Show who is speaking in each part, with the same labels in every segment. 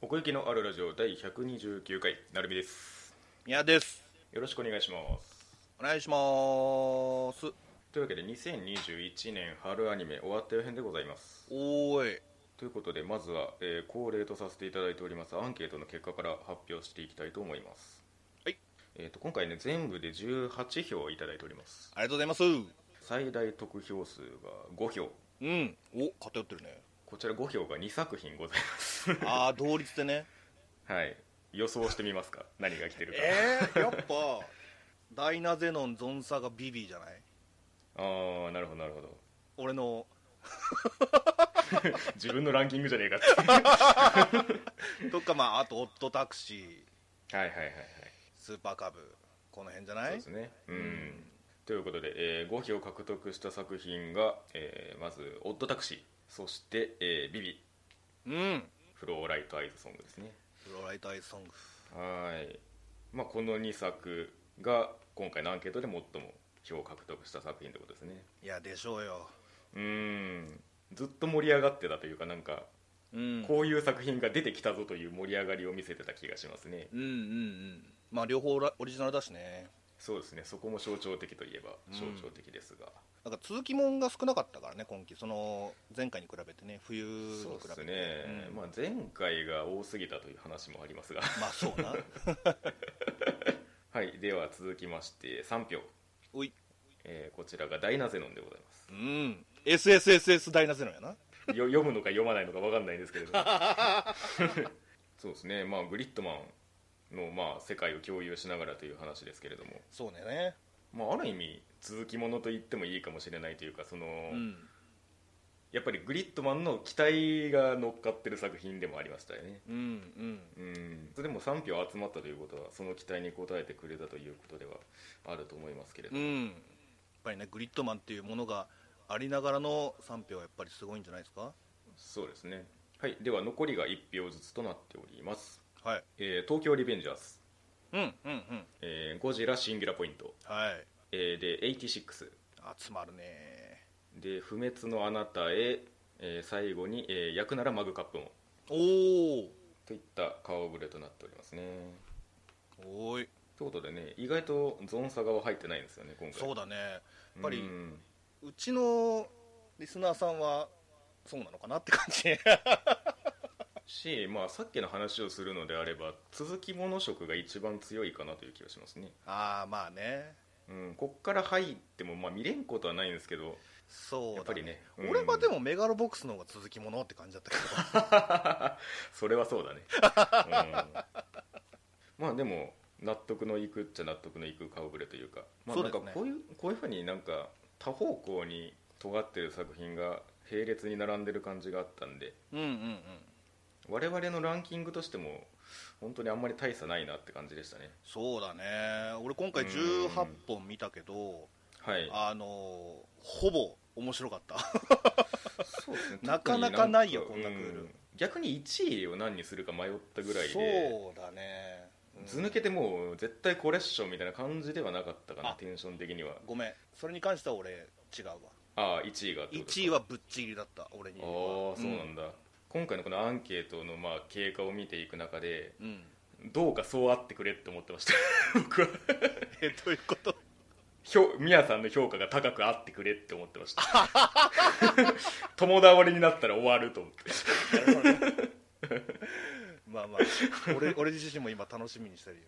Speaker 1: 奥行きのあるラジオ第129回なるみです
Speaker 2: 宮です
Speaker 1: よろしくお願いします
Speaker 2: お願いします
Speaker 1: というわけで2021年春アニメ終わったよ編でございます
Speaker 2: おーい
Speaker 1: ということでまずは、えー恒例とさせていただいておりますアンケートの結果から発表していきたいと思います
Speaker 2: はい
Speaker 1: えー、と今回ね全部で18票いただいております
Speaker 2: ありがとうございますう
Speaker 1: 最大得票数が5票
Speaker 2: んお偏ってるね
Speaker 1: こちら5票が2作品ございます
Speaker 2: ああ同率でね
Speaker 1: はい予想してみますか何が来てるか、
Speaker 2: えー、やっぱダイナゼノンゾンサがビビじゃない
Speaker 1: ああなるほどなるほど
Speaker 2: 俺の
Speaker 1: 自分のランキングじゃねえか って
Speaker 2: とかまああとオットタクシー
Speaker 1: はいはいはいはい
Speaker 2: スーパーカブこの辺じゃ
Speaker 1: そ
Speaker 2: な
Speaker 1: う
Speaker 2: い
Speaker 1: ですねうん、ということで、え5票獲得した作品が、えーまず「オッドタクシー」そして、えービビ
Speaker 2: うん
Speaker 1: フローライトアイズソング」ですね
Speaker 2: フローライトアイズソング
Speaker 1: はい、まあ、この2作が今回のアンケートで最も票を獲得した作品ということですね
Speaker 2: いやでしょうよ
Speaker 1: うんずっと盛り上がってたというかなんか
Speaker 2: うん
Speaker 1: こういう作品が出てきたぞという盛り上がりを見せてた気がしますね
Speaker 2: うんうんうんまあ両方ラオリジナルだしね
Speaker 1: そうですねそこも象徴的といえば象徴的ですが、
Speaker 2: なんか通気もんが少なかったからね今季その前回に比べてね冬に比
Speaker 1: そう
Speaker 2: べ
Speaker 1: で
Speaker 2: て
Speaker 1: すね、
Speaker 2: うん
Speaker 1: まあ、前回が多すぎたという話もありますが
Speaker 2: まあそうな
Speaker 1: はいでは続きまして3票、
Speaker 2: おい
Speaker 1: えーこちらがダイナゼノンでございま
Speaker 2: うん SSSS ダイナゼロやな
Speaker 1: すよ読むのか読まないのか分かんないんですけれど そうですねまあグリッドマンの、まあ、世界を共有しながらという話ですけれども、
Speaker 2: そうね
Speaker 1: まあ、ある意味続きものと言ってもいいかもしれないというかその、
Speaker 2: うん
Speaker 1: やっぱりグリッドマンの期待が乗っかってる作品でもありましたよね
Speaker 2: うんうん
Speaker 1: うんでも3票集まったということはその期待に応えてくれたということではあると思いますけれど、
Speaker 2: うんやっぱりねグリッドマンっていうものがありながらの賛否はやっぱりすごいんじゃないですか
Speaker 1: そうですねはいでは残りが1票ずつとなっております、
Speaker 2: はい
Speaker 1: えー東京リベンジャーズ、
Speaker 2: うんうんうん
Speaker 1: えーゴジラシンギュラポイント、
Speaker 2: はい
Speaker 1: えー、で86
Speaker 2: 集まるね
Speaker 1: で不滅のあなたへ、えー最後に、えー焼くならマグカップも
Speaker 2: おー
Speaker 1: といった顔ぶれとなっておりますね
Speaker 2: おい
Speaker 1: ということでね意外とゾンサ側入ってないんですよね今回
Speaker 2: そう
Speaker 1: だ
Speaker 2: だねやっぱりうちのリスナーさんはそうなのかなって感 じ
Speaker 1: し、まあ、さっきの話をするのであれば続きもの色が一番強いかなという気がしますね、
Speaker 2: ああまあね
Speaker 1: うん、こっから入っても、まあ、見れんことはないんですけど
Speaker 2: そうだ、ね、
Speaker 1: やっぱりねうん
Speaker 2: 俺はでもメガロボックスの方が続きものって感じだったけど
Speaker 1: それはそうだね、うん、まあでも納得のいくっちゃ納得のいく顔ぶれというか、まあ、
Speaker 2: そう
Speaker 1: な
Speaker 2: で
Speaker 1: ん
Speaker 2: す
Speaker 1: か
Speaker 2: ね
Speaker 1: こういうこういうふうになんか多方向に尖ってる作品が並列に並んでる感じがあったんで
Speaker 2: うんうんうん
Speaker 1: 我々のランキングとしても本当にあんまり大差ないなって感じでしたね
Speaker 2: そうだね俺今回18本見たけど
Speaker 1: はい
Speaker 2: あのーほぼ面白かった
Speaker 1: そうですね
Speaker 2: なかなかないよ
Speaker 1: 特に
Speaker 2: こんなクール
Speaker 1: う逆に1位を何にするか迷ったぐらいで
Speaker 2: そうだね、うん
Speaker 1: 図抜けてもう絶対これっしょみたいな感じではなかったかな
Speaker 2: あ
Speaker 1: テンション的には
Speaker 2: ごめんそれに関しては俺違うわ
Speaker 1: ああ1位がってことですか
Speaker 2: 1位はぶっちぎりだった俺に
Speaker 1: ああそうな
Speaker 2: だ
Speaker 1: んだ、今回のこのアンケートのまあ経過を見ていく中で
Speaker 2: うん、うん
Speaker 1: どうかそうあってくれって思ってました 僕は
Speaker 2: えどういうこと
Speaker 1: ひょみやさんの評価が高くあってくれって思って ました 友倒れになったら終わると思って
Speaker 2: まあまあ俺俺自身も今楽しみにしてるよ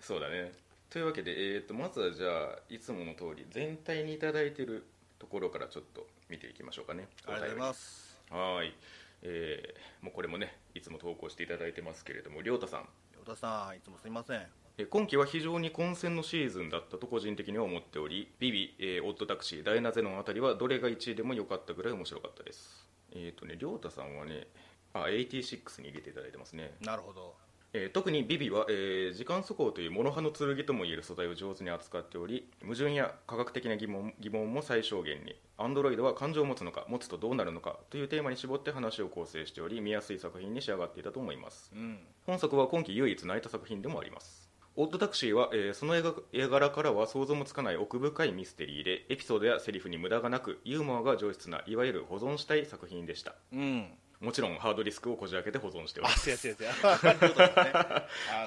Speaker 1: そうだねというわけで、えー、とまずはじゃあいつもの通り全体にいただいてるところからちょっと見ていきましょうかね
Speaker 2: ありがとうございますす
Speaker 1: はーい、えーもうこれもねいつも投稿していただいてますけれども亮太さん
Speaker 2: 与田さんいつもすいません
Speaker 1: えー今季は非常に混戦のシーズンだったと個人的には思っておりビビ、えーオッドタクシーダイナゼノンあたりはどれが1位でも良かったぐらい面白かったですえっ、とね亮太さんはねあ86に入れていただいてますね、
Speaker 2: なるほど
Speaker 1: えー特にビビは、えー時間速報というモノ刃の剣ともいえる素材を上手に扱っており矛盾や科学的な疑問疑問も最小限にアンドロイドは感情を持つのか持つとどうなるのかというテーマに絞って話を構成しており見やすい作品に仕上がっていたと思います
Speaker 2: うん
Speaker 1: 本作は今季唯一泣いた作品でもありますオッドタクシーは、えーその絵が絵柄からは想像もつかない奥深いミステリーでエピソードやセリフに無駄がなくユーモアが上質ないわゆる保存したい作品でした
Speaker 2: うん
Speaker 1: ももちろんハードディスクをこじ開けて保存しており
Speaker 2: あ
Speaker 1: ます
Speaker 2: せやせやせやあなるほど ねあ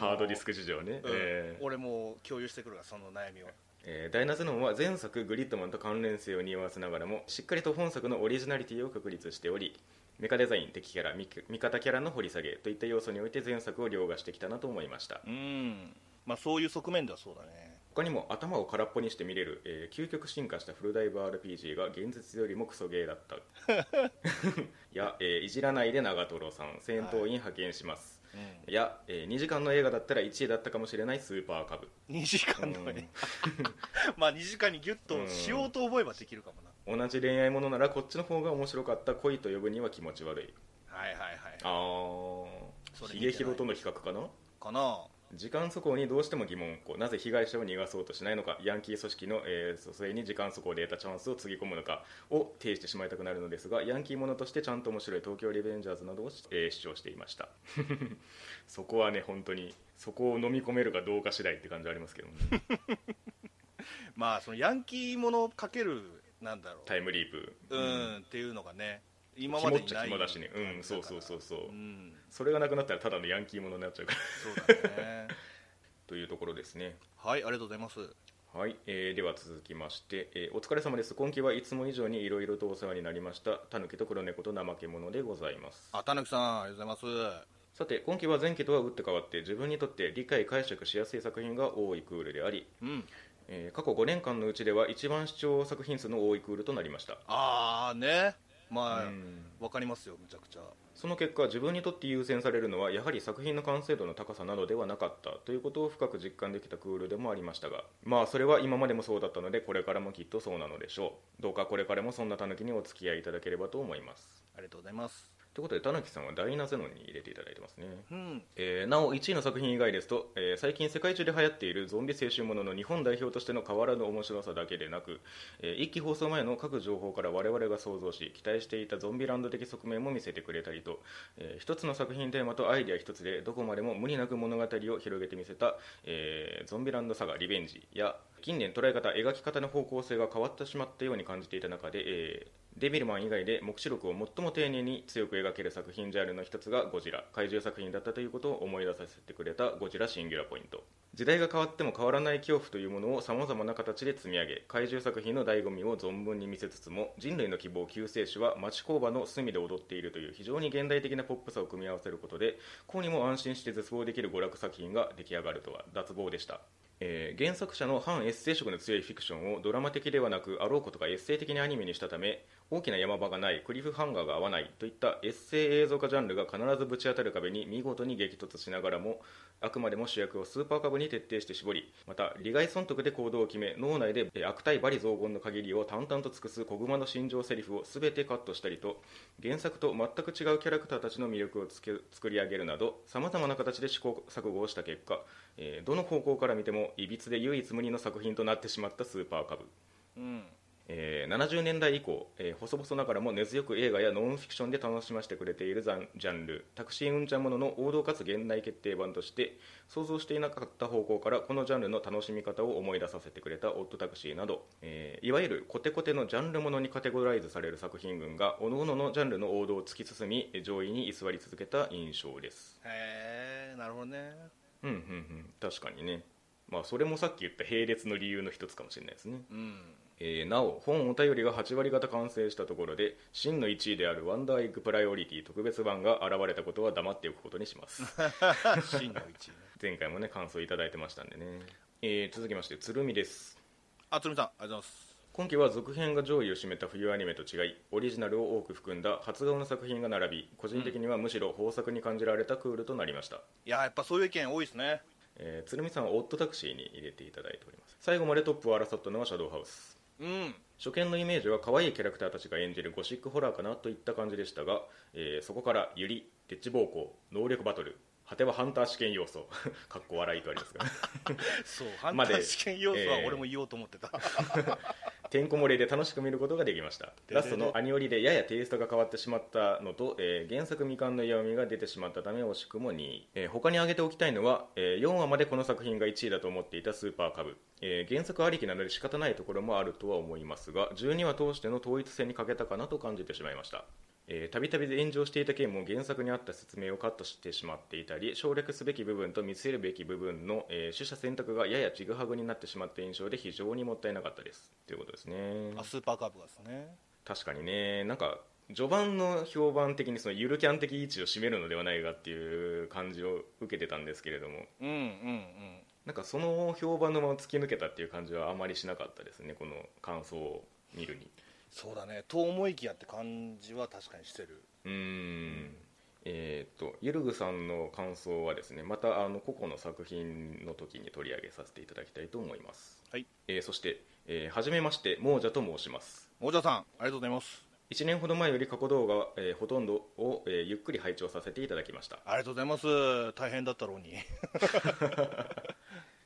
Speaker 2: の
Speaker 1: ハードディスク事情ね、
Speaker 2: うん
Speaker 1: えー
Speaker 2: 俺も共有してくるわその悩みを
Speaker 1: えーダイナゼノンは前作グリッドマンと関連性を匂わせながらもしっかりと本作のオリジナリティを確立しておりメカデザイン敵キャラ味味方キャラの掘り下げといった要素において前作を凌駕してきたなと思いました
Speaker 2: うんまあそういう側面ではそうだね
Speaker 1: 他にも頭を空っぽにして見れる、えー究極進化したフルダイブ RPG が現実よりもクソゲーだったいや、えーいじらないで長瀞さん戦闘員派遣します、い、や、え2時間の映画だったら1位だったかもしれないスーパーカブ
Speaker 2: 2時間の
Speaker 1: うん
Speaker 2: ねまあ2時間にギュッとしようと思えばできるかもな
Speaker 1: 同じ恋愛ものならこっちの方が面白かった恋と呼ぶには気持ち悪い
Speaker 2: はいはいはい
Speaker 1: あ
Speaker 2: そ
Speaker 1: あヒ
Speaker 2: れ見てな
Speaker 1: ゲ
Speaker 2: い
Speaker 1: ヒロとの比較かな
Speaker 2: かな
Speaker 1: 時間素行にどうしても疑問こうなぜ被害者を逃がそうとしないのかヤンキー組織の、えー、蘇生に時間素行で得たチャンスをつぎ込むのかを呈してしまいたくなるのですがヤンキーものとしてちゃんと面白い東京リベンジャーズなどを、えー主張していました そこはね本当にそこを飲み込めるかどうか次第って感じはありますけど、ね、
Speaker 2: まあそのヤンキーものかけるなんだろ
Speaker 1: タイムリープ
Speaker 2: ううんっていうのがね今まで
Speaker 1: 肝っ
Speaker 2: に
Speaker 1: ちゃ
Speaker 2: ない
Speaker 1: 肝だしねうんそうそうそうそう
Speaker 2: うん
Speaker 1: それがなくなったらただのヤンキーものになっちゃうから
Speaker 2: そうだね
Speaker 1: というところですね
Speaker 2: はいありがとうございます
Speaker 1: はい、えーでは続きまして、えーお疲れ様です今期はいつも以上にいろいろとお世話になりましたたぬきと黒猫と怠け者でございます
Speaker 2: あたぬきさんありがとうございます
Speaker 1: さて今期は前期とは打って変わって自分にとって理解解釈しやすい作品が多いクールであり、
Speaker 2: うん
Speaker 1: えー過去5年間のうちでは一番視聴作品数の多いクールとなりました
Speaker 2: ああねまあ
Speaker 1: うん
Speaker 2: わかりますよむちゃくちゃ
Speaker 1: その結果自分にとって優先されるのはやはり作品の完成度の高さなどではなかったということを深く実感できたクールでもありましたがまあそれは今までもそうだったのでこれからもきっとそうなのでしょうどうかこれからもそんなたぬきにお付き合いいただければと思います
Speaker 2: ありがとうございます
Speaker 1: ということでたぬきさんはダイナゼノンに入れていただいてますね
Speaker 2: うん
Speaker 1: えーなお1位の作品以外ですと、えー最近世界中で流行っているゾンビ青春ものの日本代表としての変わらぬ面白さだけでなく、え1期放送前の各情報から我々が想像し期待していたゾンビランド的側面も見せてくれたりと、え1つの作品テーマとアイデア1つでどこまでも無理なく物語を広げてみせた、えーゾンビランドサガリベンジや近年捉え方描き方の方向性が変わってしまったように感じていた中で、えーデビルマン以外で目視録を最も丁寧に強く描ける作品ジャンルの一つがゴジラ怪獣作品だったということを思い出させてくれたゴジラシンギュラポイント時代が変わっても変わらない恐怖というものをさまざまな形で積み上げ怪獣作品の醍醐味を存分に見せつつも人類の希望救世主は町工場の隅で踊っているという非常に現代的なポップさを組み合わせることでこうにも安心して絶望できる娯楽作品が出来上がるとは脱帽でしたえー原作者の反エッセイ色の強いフィクションをドラマ的ではなくあろうことかエッセイ的にアニメにしたため大きな山場がないクリフハンガーが合わないといったエッセイ映像化ジャンルが必ずぶち当たる壁に見事に激突しながらもあくまでも主役をスーパーカブに徹底して絞りまた利害損得で行動を決め脳内でえー悪態バリ増言の限りを淡々と尽くす小熊の心情セリフを全てカットしたりと原作と全く違うキャラクターたちの魅力をつけ作り上げるなどさまざまな形で試行錯誤をした結果、えーどの方向から見てもいびつで唯一無二の作品となってしまったスーパーカブ
Speaker 2: うん
Speaker 1: えー70年代以降、えー細々ながらも根強く映画やノンフィクションで楽しませてくれているジャンジャンルタクシーうんちゃんものの王道かつ現代決定版として想像していなかった方向からこのジャンルの楽しみ方を思い出させてくれたオットタクシーなど、えーいわゆるコテコテのジャンルものにカテゴライズされる作品群が各々のジャンルの王道を突き進みえー上位に居座り続けた印象です
Speaker 2: へえなるほどね
Speaker 1: うんうんうん確かにねまあそれもさっき言った並列の理由の一つかもしれないですね
Speaker 2: うん
Speaker 1: えーなお本お便りが8割方完成したところで真の1位であるワンダーエッグプライオリティ特別版が現れたことは黙っておくことにします
Speaker 2: 真の一位ね
Speaker 1: 前回もね感想いただいてましたんでね、えー続きまして鶴見です
Speaker 2: あつみさんありがとうございます
Speaker 1: 今期は続編が上位を占めた冬アニメと違いオリジナルを多く含んだ初顔の作品が並び個人的にはむしろ豊作に感じられたクールとなりました、
Speaker 2: いややっぱそういう意見多いですね
Speaker 1: えー鶴見さんはオットタクシーに入れていただいております最後までトップを争ったのはシャドウハウス
Speaker 2: うん
Speaker 1: 初見のイメージは可愛いキャラクターたちが演じるゴシックホラーかなといった感じでしたが、えーそこからユリ、デッチ暴行、能力バトル、果てはハンター試験要素、 かっこ笑いとありますが、
Speaker 2: そう反
Speaker 1: まで
Speaker 2: 対試験要素は
Speaker 1: えー
Speaker 2: 俺も言おうと思ってた、
Speaker 1: てんこ盛りで楽しく見ることができました。ラストのアニオリでややテイストが変わってしまったのと、えー原作未完の弱みが出てしまったため惜しくも2位、えー他に挙げておきたいのは、え4話までこの作品が1位だと思っていたスーパーカブ、えー原作ありきなので仕方ないところもあるとは思いますが12話通しての統一性に欠けたかなと感じてしまいましたえーたびたび炎上していた件も原作にあった説明をカットしてしまっていたり省略すべき部分と見据えるべき部分の、えー取捨選択がややちぐはぐになってしまった印象で非常にもったいなかったですということですね
Speaker 2: あスーパーカーブがですね
Speaker 1: 確かにねなんか序盤の評判的にそのゆるキャン的位置を占めるのではないかっていう感じを受けてたんですけれども
Speaker 2: うんうん
Speaker 1: なんかその評判のまま突き抜けたっていう感じはあまりしなかったですねこの感想を見るに
Speaker 2: そうだねと思いきやって感じは確かにしてる
Speaker 1: うーん、えーっとゆるぐさんの感想はですねまたあの個々の作品の時に取り上げさせていただきたいと思います、
Speaker 2: はい
Speaker 1: えーそして、えーはじめまして亡者と申します
Speaker 2: もじゃさんありがとうございます
Speaker 1: 1年ほど前より過去動画、えーほとんどを、えーゆっくり拝聴させていただきました、
Speaker 2: ありがとうございます大変だったろ うに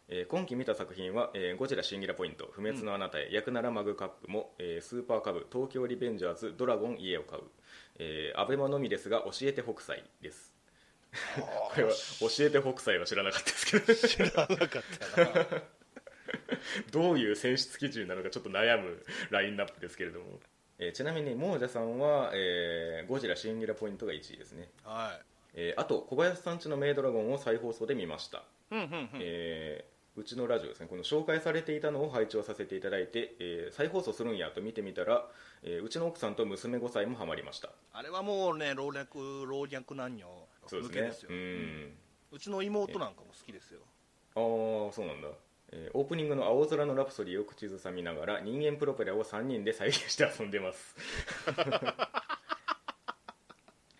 Speaker 1: えー今期見た作品は、えーゴジラシンギュラポイント不滅のあなたへ、役ならマグカップも、えースーパーカブ東京リベンジャーズドラゴン家を買う、えー、アベマのみですが教えて北斎ですこれは教えて北斎は知らなかったですけど
Speaker 2: 知らなかったな
Speaker 1: どう いう選出基準なのかちょっと悩むラインナップですけれども、えーちなみに亡者さんは、えーゴジラシンギュラポイントが1位ですね、
Speaker 2: はい
Speaker 1: えーあと小林さんちのメイドラゴンを再放送で見ました
Speaker 2: うんうんうん
Speaker 1: えーうちのラジオですねこの紹介されていたのを拝聴させていただいて、えー再放送するんやと見てみたら、えーうちの奥さんと娘5歳もハマりました
Speaker 2: あれはもうね老若老若男女
Speaker 1: そうで
Speaker 2: 向
Speaker 1: す
Speaker 2: け
Speaker 1: ね
Speaker 2: ですよ
Speaker 1: うん
Speaker 2: うちの妹なんかも好きですよ
Speaker 1: ああそうなんだ、えーオープニングの「青空のラプソディ」を口ずさみながら人間プロペラを3人で再現して遊んでます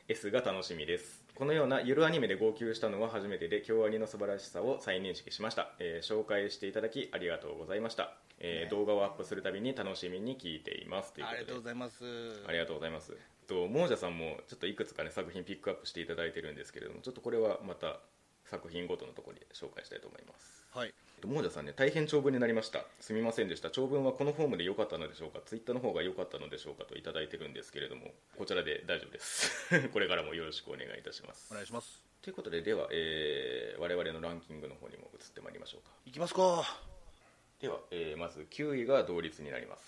Speaker 1: S が楽しみですこのようなゆるアニメで号泣したのは初めてで京アニの素晴らしさを再認識しました、えー紹介していただきありがとうございました、えー
Speaker 2: ね
Speaker 1: 動画をアップするたびに楽しみに聞いていますという
Speaker 2: ありが
Speaker 1: こととで
Speaker 2: うございます
Speaker 1: ありがとうございますとモージャさんもちょっといくつかね作品ピックアップしていただいてるんですけれどもちょっとこれはまた作品ごとのところで紹介したいと思います
Speaker 2: はい
Speaker 1: モージャさんね大変長文になりましたすみませんでした長文はこのフォームで良かったのでしょうかツイッターの方が良かったのでしょうかといただいてるんですけれどもこちらで大丈夫です これからもよろしくお願いいたします
Speaker 2: お願いします
Speaker 1: ということででは、えー我々のランキングの方にも移ってまいりましょうか
Speaker 2: いきますか
Speaker 1: では、えーまず9位が同率になります、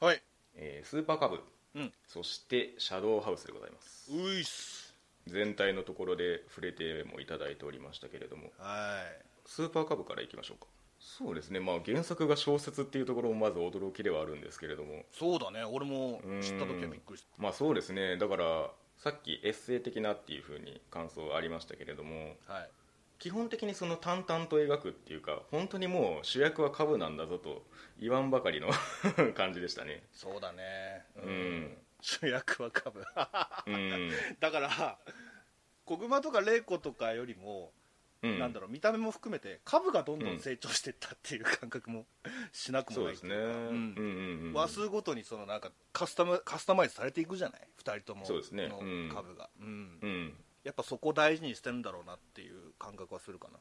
Speaker 2: はい
Speaker 1: えースーパーカブ
Speaker 2: うん
Speaker 1: そしてシャドウハウスでございます
Speaker 2: ういっす
Speaker 1: 全体のところで触れてもいただいておりましたけれども
Speaker 2: はい
Speaker 1: スーパーカブからいきましょうかそうですね、まあ、原作が小説っていうところもまず驚きではあるんですけれども
Speaker 2: そうだね俺も知った時はびっくりし
Speaker 1: まあそうですねだからさっきエッセイ的なっていうふうに感想ありましたけれども
Speaker 2: たはい
Speaker 1: 基本的にその淡々と描くっていうか本当にもう主役は株なんだぞと言わんばかりの 感じでしたね
Speaker 2: そうだねう
Speaker 1: うん
Speaker 2: 主役はカブ
Speaker 1: うん、
Speaker 2: だから小熊とか玲子とかよりも、
Speaker 1: うん、
Speaker 2: なんだろう見た目も含めてカブがどんどん成長してったっていう感覚もしなく
Speaker 1: そ
Speaker 2: も
Speaker 1: う
Speaker 2: な
Speaker 1: で
Speaker 2: いっ
Speaker 1: す
Speaker 2: てい
Speaker 1: ね、う
Speaker 2: うか
Speaker 1: んうん
Speaker 2: うん
Speaker 1: うんうん、
Speaker 2: 話数ごとにそのなんかカスタムカスタマイズされていくじゃない2人とも
Speaker 1: そうですねうん
Speaker 2: の株が、うん
Speaker 1: うん
Speaker 2: やっぱそこを大事にしてるんだろうなっていう感覚はするかな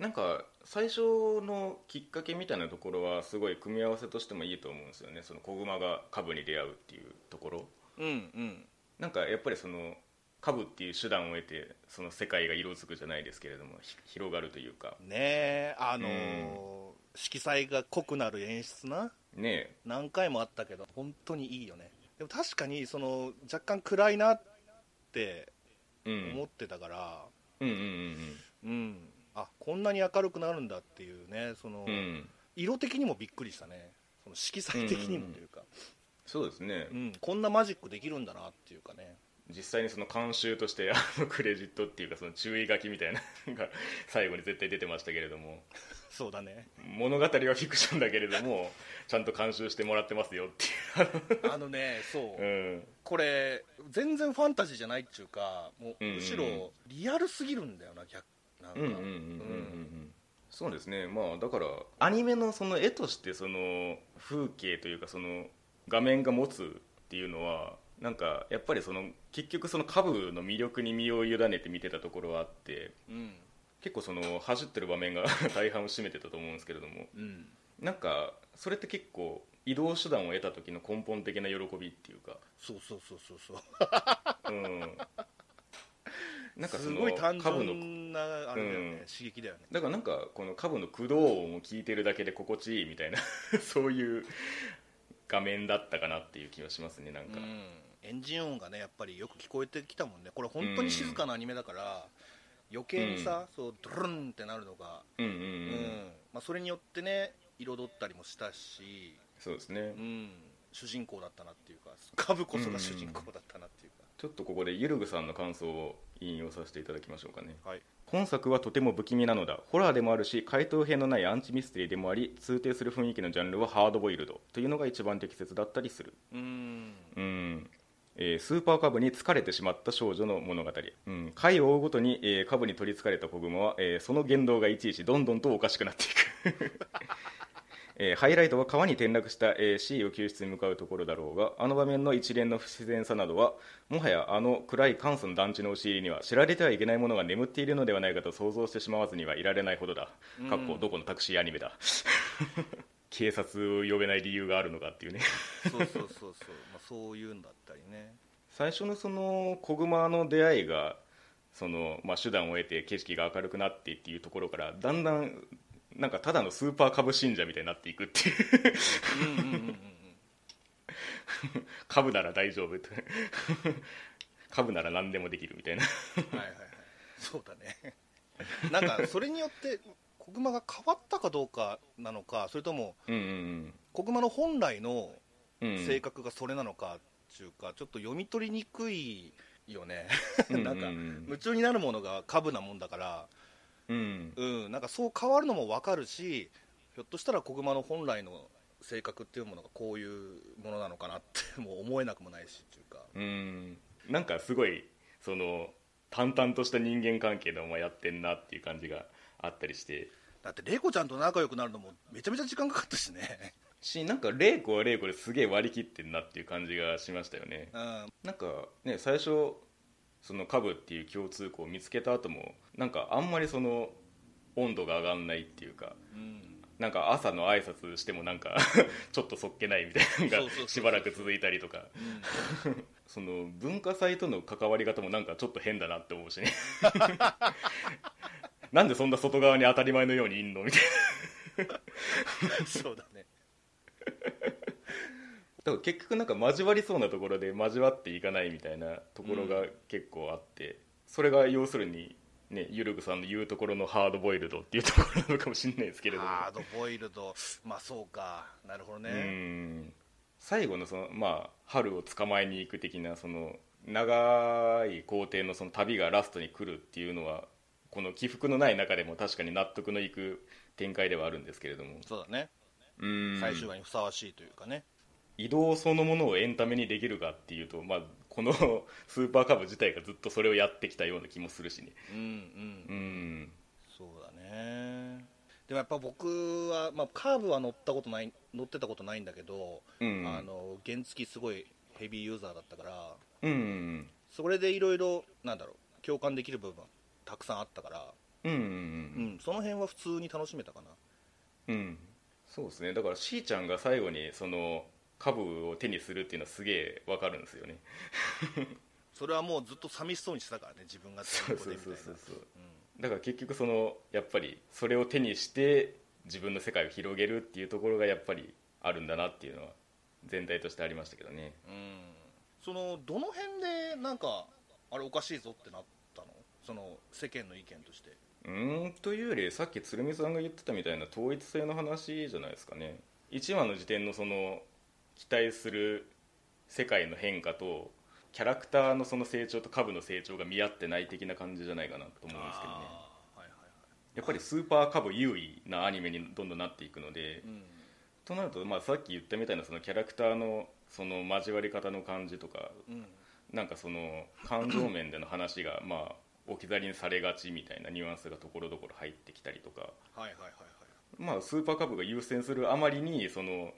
Speaker 1: なんか最初のきっかけみたいなところはすごい組み合わせとしてもいいと思うんですよねその子熊が株に出会うっていうところ
Speaker 2: うんうん
Speaker 1: なんかやっぱりその株っていう手段を得てその世界が色づくじゃないですけれどもひ広がるというか
Speaker 2: ねえあのー色彩が濃くなる演出な
Speaker 1: ね
Speaker 2: 何回もあったけど本当にいいよねでも確かにその若干暗いなって
Speaker 1: え、うん、
Speaker 2: 思ってたから
Speaker 1: うんうんうん
Speaker 2: うん、あこんなに明るくなるんだっていうねその、
Speaker 1: うんうん
Speaker 2: 色的にもびっくりしたねその色彩的にもというか、
Speaker 1: そうですね、
Speaker 2: うん、こんなマジックできるんだなっていうかね
Speaker 1: 実際にその監修としてあのクレジットっていうかその注意書きみたいなのが 最後に絶対出てましたけれども
Speaker 2: そうだね
Speaker 1: 物語はフィクションだけれどもちゃんと監修してもらってますよっていう
Speaker 2: あの ねそう、
Speaker 1: うん
Speaker 2: これ全然ファンタジーじゃないっていうかもう
Speaker 1: うんうん
Speaker 2: むしろリアルすぎるんだよな逆なんか
Speaker 1: うんうんうんうんうんうんそうですねまあだからアニメのその絵としてその風景というかその画面が持つっていうのはなんかやっぱりその結局その株の魅力に身を委ねて見てたところはあって
Speaker 2: うん
Speaker 1: 結構その走ってる場面が 大半を占めてたと思うんですけれども
Speaker 2: うん
Speaker 1: なんかそれって結構移動手段を得た時の根本的な喜びっていうか、
Speaker 2: そうそうそうそうそ
Speaker 1: う
Speaker 2: う
Speaker 1: ん、なんかそ
Speaker 2: す
Speaker 1: の
Speaker 2: ごい単
Speaker 1: 株の
Speaker 2: 純なあれだよね、
Speaker 1: うん
Speaker 2: 刺激だよね
Speaker 1: だからなんかこのカブの駆動音を聞いてるだけで心地いい みたいなそういう画面だったかなっていう気がしますねなん
Speaker 2: う
Speaker 1: か、
Speaker 2: んエンジン音がねやっぱりよく聞こえてきたもんねこれ本当に静かなアニメだから、余計にさ、そうドゥルンってなるのが、
Speaker 1: うんうん
Speaker 2: うん
Speaker 1: うん、
Speaker 2: まあ、それによってね彩ったりもしたし、
Speaker 1: そうですね、
Speaker 2: うん、主人公だったなっていうかカブこそが主人公だったなっていうか、
Speaker 1: ちょっとここでゆるぐさんの感想を引用させていただきましょうかね
Speaker 2: はい
Speaker 1: 本作はとても不気味なのだホラーでもあるし回答編のないアンチミステリーでもあり通底する雰囲気のジャンルはハードボイルドというのが一番適切だったりする
Speaker 2: うん
Speaker 1: うんえースーパーカブに疲れてしまった少女の物語、うん、回を追うごとに、えーカブに取りつかれた子グマは、えーその言動がいちいちどんどんとおかしくなっていく、 えーハイライトは川に転落した、えーシーを救出に向かうところだろうがあの場面の一連の不自然さなどはもはやあの暗い簡素の団地の押し入りには知られてはいけないものが眠っているのではないかと想像してしまわずにはいられないほどだ、かっこどこのタクシーアニメだ 警察を呼べない理由があるのかっていうね
Speaker 2: そうそうそう そう、まあ、そういうんだったりね
Speaker 1: 最初のその子グマの出会いがその、まあ、手段を得て景色が明るくなってっていうところからだんだんなんかただのスーパー株信者みたいになっていくっていう
Speaker 2: うんうんうんうん
Speaker 1: 株なら大丈夫と 株なら何でもできるみたいな
Speaker 2: うんはいはいはいそうだねなんかそれによって子熊が変わったかどうかなのかそれとも
Speaker 1: うんうん
Speaker 2: 子熊の本来の
Speaker 1: うんうん
Speaker 2: 性格がそれなのかっていうかちょっと読み取りにくいよね なんか
Speaker 1: うんうん
Speaker 2: 夢中になるものが株なもんだから
Speaker 1: うん
Speaker 2: うんなんかそう変わるのも分かるしひょっとしたら子熊の本来の性格っていうものがこういうものなのかなって もう思えなくもないしっていうか
Speaker 1: うんなんかすごいその淡々とした人間関係のままやってんなっていう感じがあったりして
Speaker 2: だって玲子ちゃんと仲良くなるのもめちゃめちゃ時間かかったしね
Speaker 1: しなんか玲子は玲子ですげえ割り切ってんなっていう感じがしましたよね
Speaker 2: うん
Speaker 1: なんかね最初その株っていう共通項を見つけた後もなんかあんまりその温度が上がんないっていうか
Speaker 2: うん
Speaker 1: なんか朝の挨拶してもなんか ちょっとそっけないみたいな
Speaker 2: そう
Speaker 1: の
Speaker 2: そうそうそう
Speaker 1: がしばらく続いたりとか
Speaker 2: うん
Speaker 1: その文化祭との関わり方もなんかちょっと変だなって思う しねなんでそんな外側に当たり前のようにいんのみたいな
Speaker 2: そうだね
Speaker 1: だから結局なんか交わりそうなところで交わっていかないみたいなところが結構あって、それが要するに、ね、ゆるぐさんの言うところのハードボイルドっていうところなのかもしれないですけれども
Speaker 2: ハードボイルドまあそうかなるほど
Speaker 1: う
Speaker 2: ね
Speaker 1: ん最後のその、まあ、春を捕まえに行く的なその長い行程のその旅がラストに来るっていうのはこの起伏のない中でも確かに納得のいく展開ではあるんですけれども、
Speaker 2: そうだね
Speaker 1: うん
Speaker 2: 最終話にふさわしいというかね
Speaker 1: 移動そのものをエンタメにできるかっていうと、まあ、この スーパーカブ自体がずっとそれをやってきたような気もするしね
Speaker 2: うんうん、
Speaker 1: うん
Speaker 2: そうだねでもやっぱ僕は、まあ、カーブは乗ったことない乗ってたことないんだけど、
Speaker 1: うん
Speaker 2: あの原付すごいヘビーユーザーだったから
Speaker 1: うん
Speaker 2: それでいろいろなんだろう共感できる部分たくさんあったから、
Speaker 1: うんう
Speaker 2: うんん、その辺は普通に楽しめたかな
Speaker 1: うんそうですねだからしーちゃんが最後にそのカブを手にするっていうのはすげえわかるんですよね
Speaker 2: それはもうずっと寂しそうにしてたからね自分が
Speaker 1: そう
Speaker 2: こ
Speaker 1: そ
Speaker 2: で
Speaker 1: う
Speaker 2: みたい
Speaker 1: そう
Speaker 2: な
Speaker 1: そうそう
Speaker 2: うん
Speaker 1: だから結局そのやっぱりそれを手にして自分の世界を広げるっていうところがやっぱりあるんだなっていうのは全体としてありましたけどね
Speaker 2: うんそのどの辺でなんかあれおかしいぞってなったのその世間の意見として
Speaker 1: うーんというよりさっき鶴見さんが言ってたみたいな統一性の話じゃないですかね1話の時点のその期待する世界の変化とキャラクターのその成長と株の成長が見合ってない的な感じじゃないかなと思うんですけどね
Speaker 2: はいはい
Speaker 1: やっぱりスーパー株優位なアニメにどんどんなっていくので、
Speaker 2: はい、
Speaker 1: となると、まあ、さっき言ったみたいなそのキャラクターのその交わり方の感じとか
Speaker 2: うんうん、
Speaker 1: なんかその感情面での話がまあ置き去りにされがちみたいなニュアンスがところどころ入ってきたりとか。
Speaker 2: はいはいはいはい
Speaker 1: まあ、スーパーカブが優先するあまりにその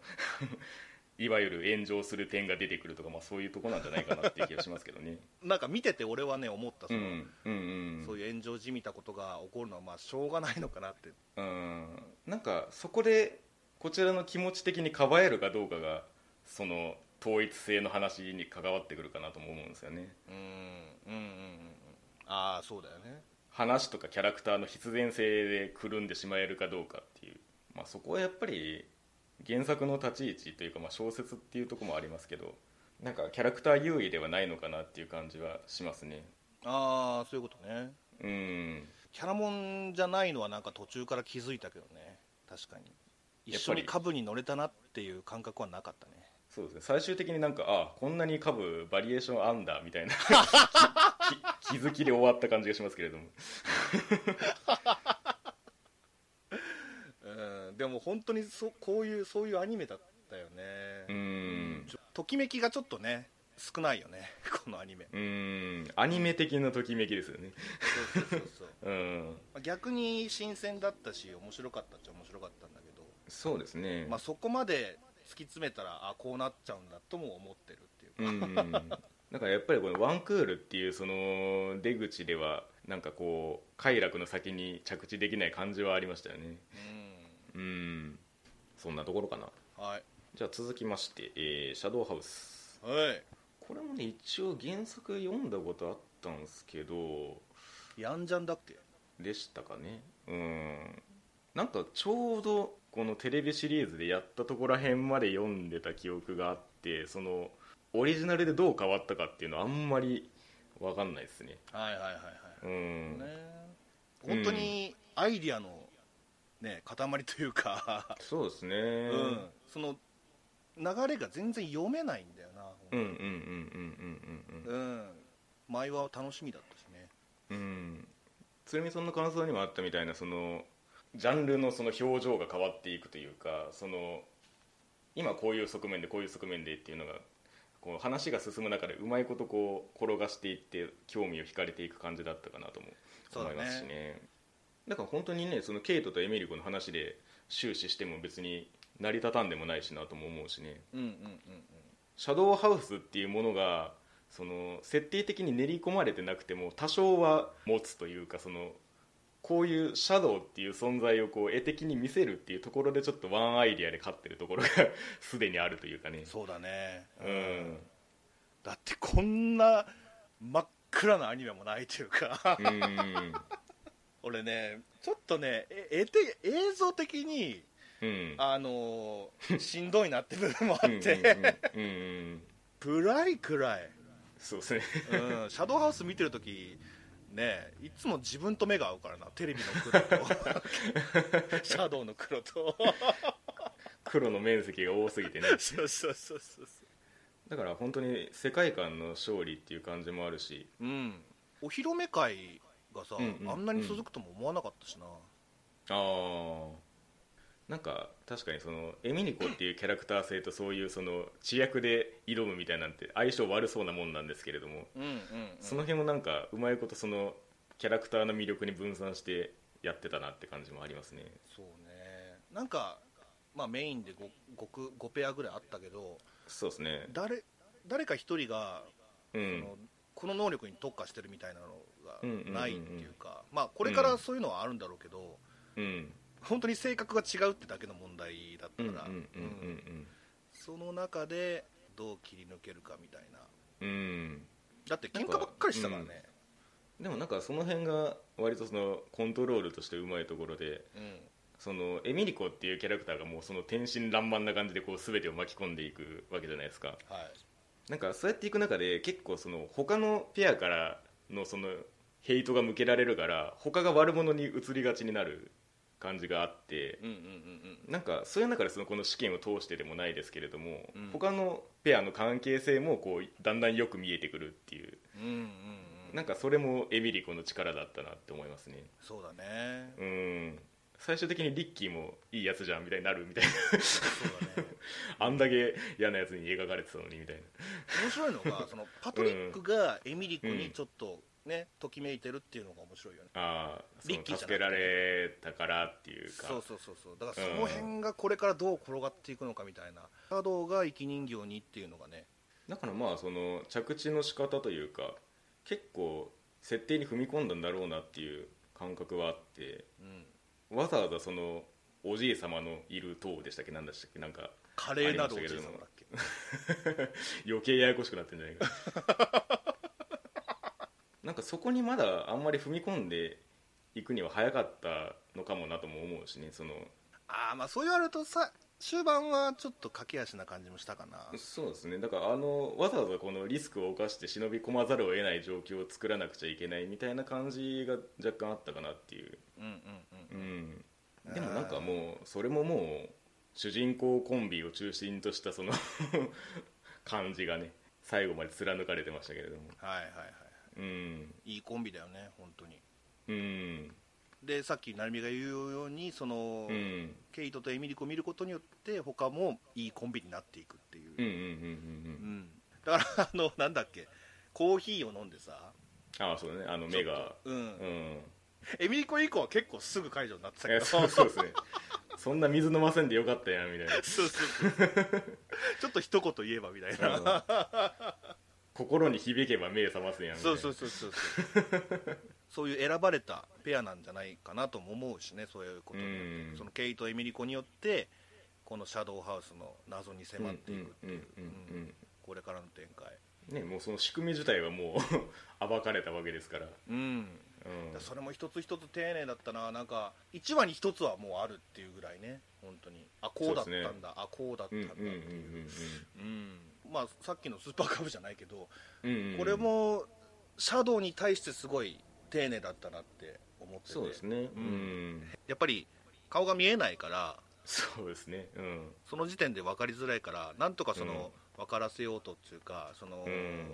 Speaker 1: いわゆる炎上する点が出てくるとか、まあ、そういうとこなんじゃないかなっていう気がしますけどね。
Speaker 2: なんか見てて俺はね思ったそ
Speaker 1: うん
Speaker 2: の、
Speaker 1: うんうん
Speaker 2: そういう炎上じみたことが起こるのはまあしょうがないのかなって
Speaker 1: うんなんかそこでこちらの気持ち的にかばえるかどうかがその統一性の話に関わってくるかなとも思うんですよね。
Speaker 2: うんうんうんうんああそうだよね
Speaker 1: 話とかキャラクターの必然性でくるんでしまえるかどうかっていう、まあ、そこはやっぱり原作の立ち位置というか、まあ、小説っていうところもありますけどなんかキャラクター優位ではないのかなっていう感じはしますね
Speaker 2: ああそういうことね
Speaker 1: うん
Speaker 2: キャラモンじゃないのはなんか途中から気づいたけどね確かに一
Speaker 1: やっ
Speaker 2: 緒
Speaker 1: ぱり
Speaker 2: に株に乗れたなっていう感覚はなかったね
Speaker 1: そうですね最終的になんかあこんなに株バリエーションあんだみたいなき気づきで終わった感じがしますけれども
Speaker 2: うんでも本当にそこういうそういうアニメだったよ
Speaker 1: う
Speaker 2: ね、
Speaker 1: ん
Speaker 2: ちょときめきがちょっとね少ないよねこのアニメ
Speaker 1: うんアニメ的なときめきですよね
Speaker 2: そうそうそうそう
Speaker 1: うん
Speaker 2: まあ逆に新鮮だったし面白かったっちゃ面白かったんだけど、
Speaker 1: そうですね
Speaker 2: まあ、そこまで突き詰めたらあこうなっちゃうんだとも思ってるっていうか、
Speaker 1: うんだからやっぱりこのワンクールっていうその出口ではなんかこう快楽の先に着地できない感じはありましたよねうんそんなところかな
Speaker 2: うん、はい
Speaker 1: じゃあ続きまして、えーシャドウハウス
Speaker 2: は
Speaker 1: これもね一応原作読んだことあったんですけど
Speaker 2: いやんじゃんだっけ
Speaker 1: でしたかねうんなんかちょうどこのテレビシリーズでやったとこら辺まで読んでた記憶があってそのオリジナルでどう変わったかっていうのはあんまり分かんないですね
Speaker 2: はいはいはいは
Speaker 1: う
Speaker 2: い、
Speaker 1: ん、
Speaker 2: ね本当にアイディアのね塊というか、
Speaker 1: そうですね、
Speaker 2: うんその流れが全然読めないんだよな、
Speaker 1: うんうんうんうんうんうん
Speaker 2: うん、前は楽しみだったしね
Speaker 1: うんうん鶴見さんの感想にもあったみたいなそのジャンルのその表情が変わっていくというかその今こういう側面でこういう側面でっていうのがこう話が進む中でうまいことこう転がしていって興味を惹かれていく感じだったかなとも
Speaker 2: そうだ
Speaker 1: 思
Speaker 2: ね
Speaker 1: いますしねだから本当にねそのケイトとエミリコの話で終始しても別に成り立たんでもないしなとも思うしね、
Speaker 2: うんうんうんうん
Speaker 1: シャドウハウスっていうものがその設定的に練り込まれてなくても多少は持つというかそのこういうシャドウっていう存在をこう絵的に見せるっていうところでちょっとワンアイディアで勝ってるところがすでにあるというかね
Speaker 2: そうだね
Speaker 1: うん
Speaker 2: だってこんな真っ暗なアニメもないという か
Speaker 1: うんうん
Speaker 2: 俺ねちょっとねえ絵て映像的に
Speaker 1: うん
Speaker 2: あのーしんどいなって部分もあ
Speaker 1: う
Speaker 2: っ
Speaker 1: んうん
Speaker 2: て
Speaker 1: うんうん
Speaker 2: 暗い暗い、
Speaker 1: そうですね
Speaker 2: うん、シャドウハウス見てるときねいつも自分と目が合うからなテレビの黒と シャドウの黒と
Speaker 1: 黒の面積が多すぎてね
Speaker 2: そうそうそうそうそ
Speaker 1: だから本当に世界観の勝利っていう感じもあるし
Speaker 2: う、うん、お披露目会がさ、
Speaker 1: うんうん
Speaker 2: あんなに続くとも思わなかったしな、
Speaker 1: ああなんか確かにそのエミニコっていうキャラクター性とそういうその知略で挑むみたいなんて相性悪そうなもんなんですけれども
Speaker 2: うんうんうん、
Speaker 1: その辺もなんかうまいことそのキャラクターの魅力に分散してやってたなって感じもありますね
Speaker 2: そうねなんか、まあ、メインで 5, 5ペアぐらいあったけど
Speaker 1: そうですね
Speaker 2: 誰誰か一人が、
Speaker 1: う
Speaker 2: そ
Speaker 1: ん
Speaker 2: のこの能力に特化してるみたいなのがないっていうか、まあ、これからそういうのはあるんだろうけど、
Speaker 1: うん
Speaker 2: 本当に性格が違うってだけの問題だった
Speaker 1: うんうんう
Speaker 2: から、
Speaker 1: ん
Speaker 2: うんその中でどう切り抜けるかみたいな
Speaker 1: うんうん
Speaker 2: だって喧嘩ばっかりしたからね、
Speaker 1: でもなんかその辺が割とそのコントロールとしてうまいところで
Speaker 2: うん
Speaker 1: そのエミリコっていうキャラクターがもうその天真爛漫な感じでこう全てを巻き込んでいくわけじゃないですか
Speaker 2: はい
Speaker 1: なんかそうやっていく中で結構その他のペアからのそのヘイトが向けられるから他が悪者に移りがちになる感じがあって
Speaker 2: うんうんうん
Speaker 1: なんかそういう中でそのこの試験を通してでもないですけれども、
Speaker 2: うん
Speaker 1: 他のペアの関係性もこうだんだんよく見えてくるっていう
Speaker 2: うんうんうん
Speaker 1: なんかそれもエミリコの力だったなって思いますね
Speaker 2: そうだね
Speaker 1: うん最終的にリッキーもいいやつじゃんみたいになるみたいな
Speaker 2: そうだね
Speaker 1: あんだけ嫌なやつに描かれてたのにみたいな
Speaker 2: 面白いのがそのパトリックがエミリコにちょっとね、ときめいてるっていうのが面白いよね
Speaker 1: ああそ
Speaker 2: リ
Speaker 1: の
Speaker 2: ッキーじゃなく
Speaker 1: 助け
Speaker 2: て
Speaker 1: られたからっていうか
Speaker 2: そうそうそうそうだからその辺がこれからどう転がっていくのかみたいなシャドウが生き人形にっていうのがね
Speaker 1: だからまあその着地の仕方というか結構設定に踏み込んだんだろうなっていう感覚はあって
Speaker 2: うん
Speaker 1: わざわざそのおじい様のいる塔でしたっけなんだしたっけなんか
Speaker 2: 華麗なるおじい様だっけ
Speaker 1: 余計ややこしくなってんじゃないか なんかそこにまだあんまり踏み込んでいくには早かったのかもなとも思うしねその
Speaker 2: ああまあそう言われるとさ終盤はちょっと駆け足な感じもしたかな
Speaker 1: そうですねだからあのわざわざこのリスクを冒して忍び込まざるを得ない状況を作らなくちゃいけないみたいな感じが若干あったかなっていう、
Speaker 2: うんうんう
Speaker 1: うんん、でもなんかもうそれももう主人公コンビを中心としたその 感じがね最後まで貫かれてましたけれども
Speaker 2: はいはいは
Speaker 1: うん
Speaker 2: いいいコンビだよね本当に
Speaker 1: うん
Speaker 2: でさっき成美が言うようにその、
Speaker 1: うん
Speaker 2: ケイトとエミリコを見ることによって他もいいコンビになっていくっていう、
Speaker 1: うんうんうんうん
Speaker 2: う
Speaker 1: うん
Speaker 2: んだからあのなんだっけコーヒーを飲んでさ、
Speaker 1: ああそうだねあの目が
Speaker 2: うん
Speaker 1: うん
Speaker 2: エミリコ以降は結構すぐ解除になってた
Speaker 1: い
Speaker 2: け
Speaker 1: や
Speaker 2: ど
Speaker 1: そうそうですね そんな水飲ませんでよかったやんみたいな
Speaker 2: そうそうそうちょっと一言言えばみたいな
Speaker 1: 心に響けば目覚ますやんみたい
Speaker 2: そう
Speaker 1: な
Speaker 2: そうそうそうそうそういう選ばれたペアなんじゃないかなとも思うしねそういうことによって
Speaker 1: うん
Speaker 2: そのケイト・エミリコによってこのシャドウハウスの謎に迫っていくってい
Speaker 1: うんうん
Speaker 2: う,、
Speaker 1: うんうん
Speaker 2: これからの展開
Speaker 1: ねもうその仕組み自体はもう 暴かれたわけですから、
Speaker 2: うん
Speaker 1: うん、
Speaker 2: それも一つ一つ丁寧だったななんか1話に1つはもうあるっていうぐらいね本当にあこうだった
Speaker 1: そう
Speaker 2: んだ、
Speaker 1: ですね
Speaker 2: あこうだった
Speaker 1: うん
Speaker 2: ん
Speaker 1: うんう
Speaker 2: だっ
Speaker 1: ん
Speaker 2: ていううんまあさっきのスーパーカブじゃないけど、
Speaker 1: うんうんうん
Speaker 2: これもシャドウに対してすごい丁寧だったなって思ってて
Speaker 1: そうですねうん、
Speaker 2: やっぱり顔が見えないから
Speaker 1: そうですねうん
Speaker 2: その時点で分かりづらいからなんとかその、分からせようとっていうかその、
Speaker 1: うん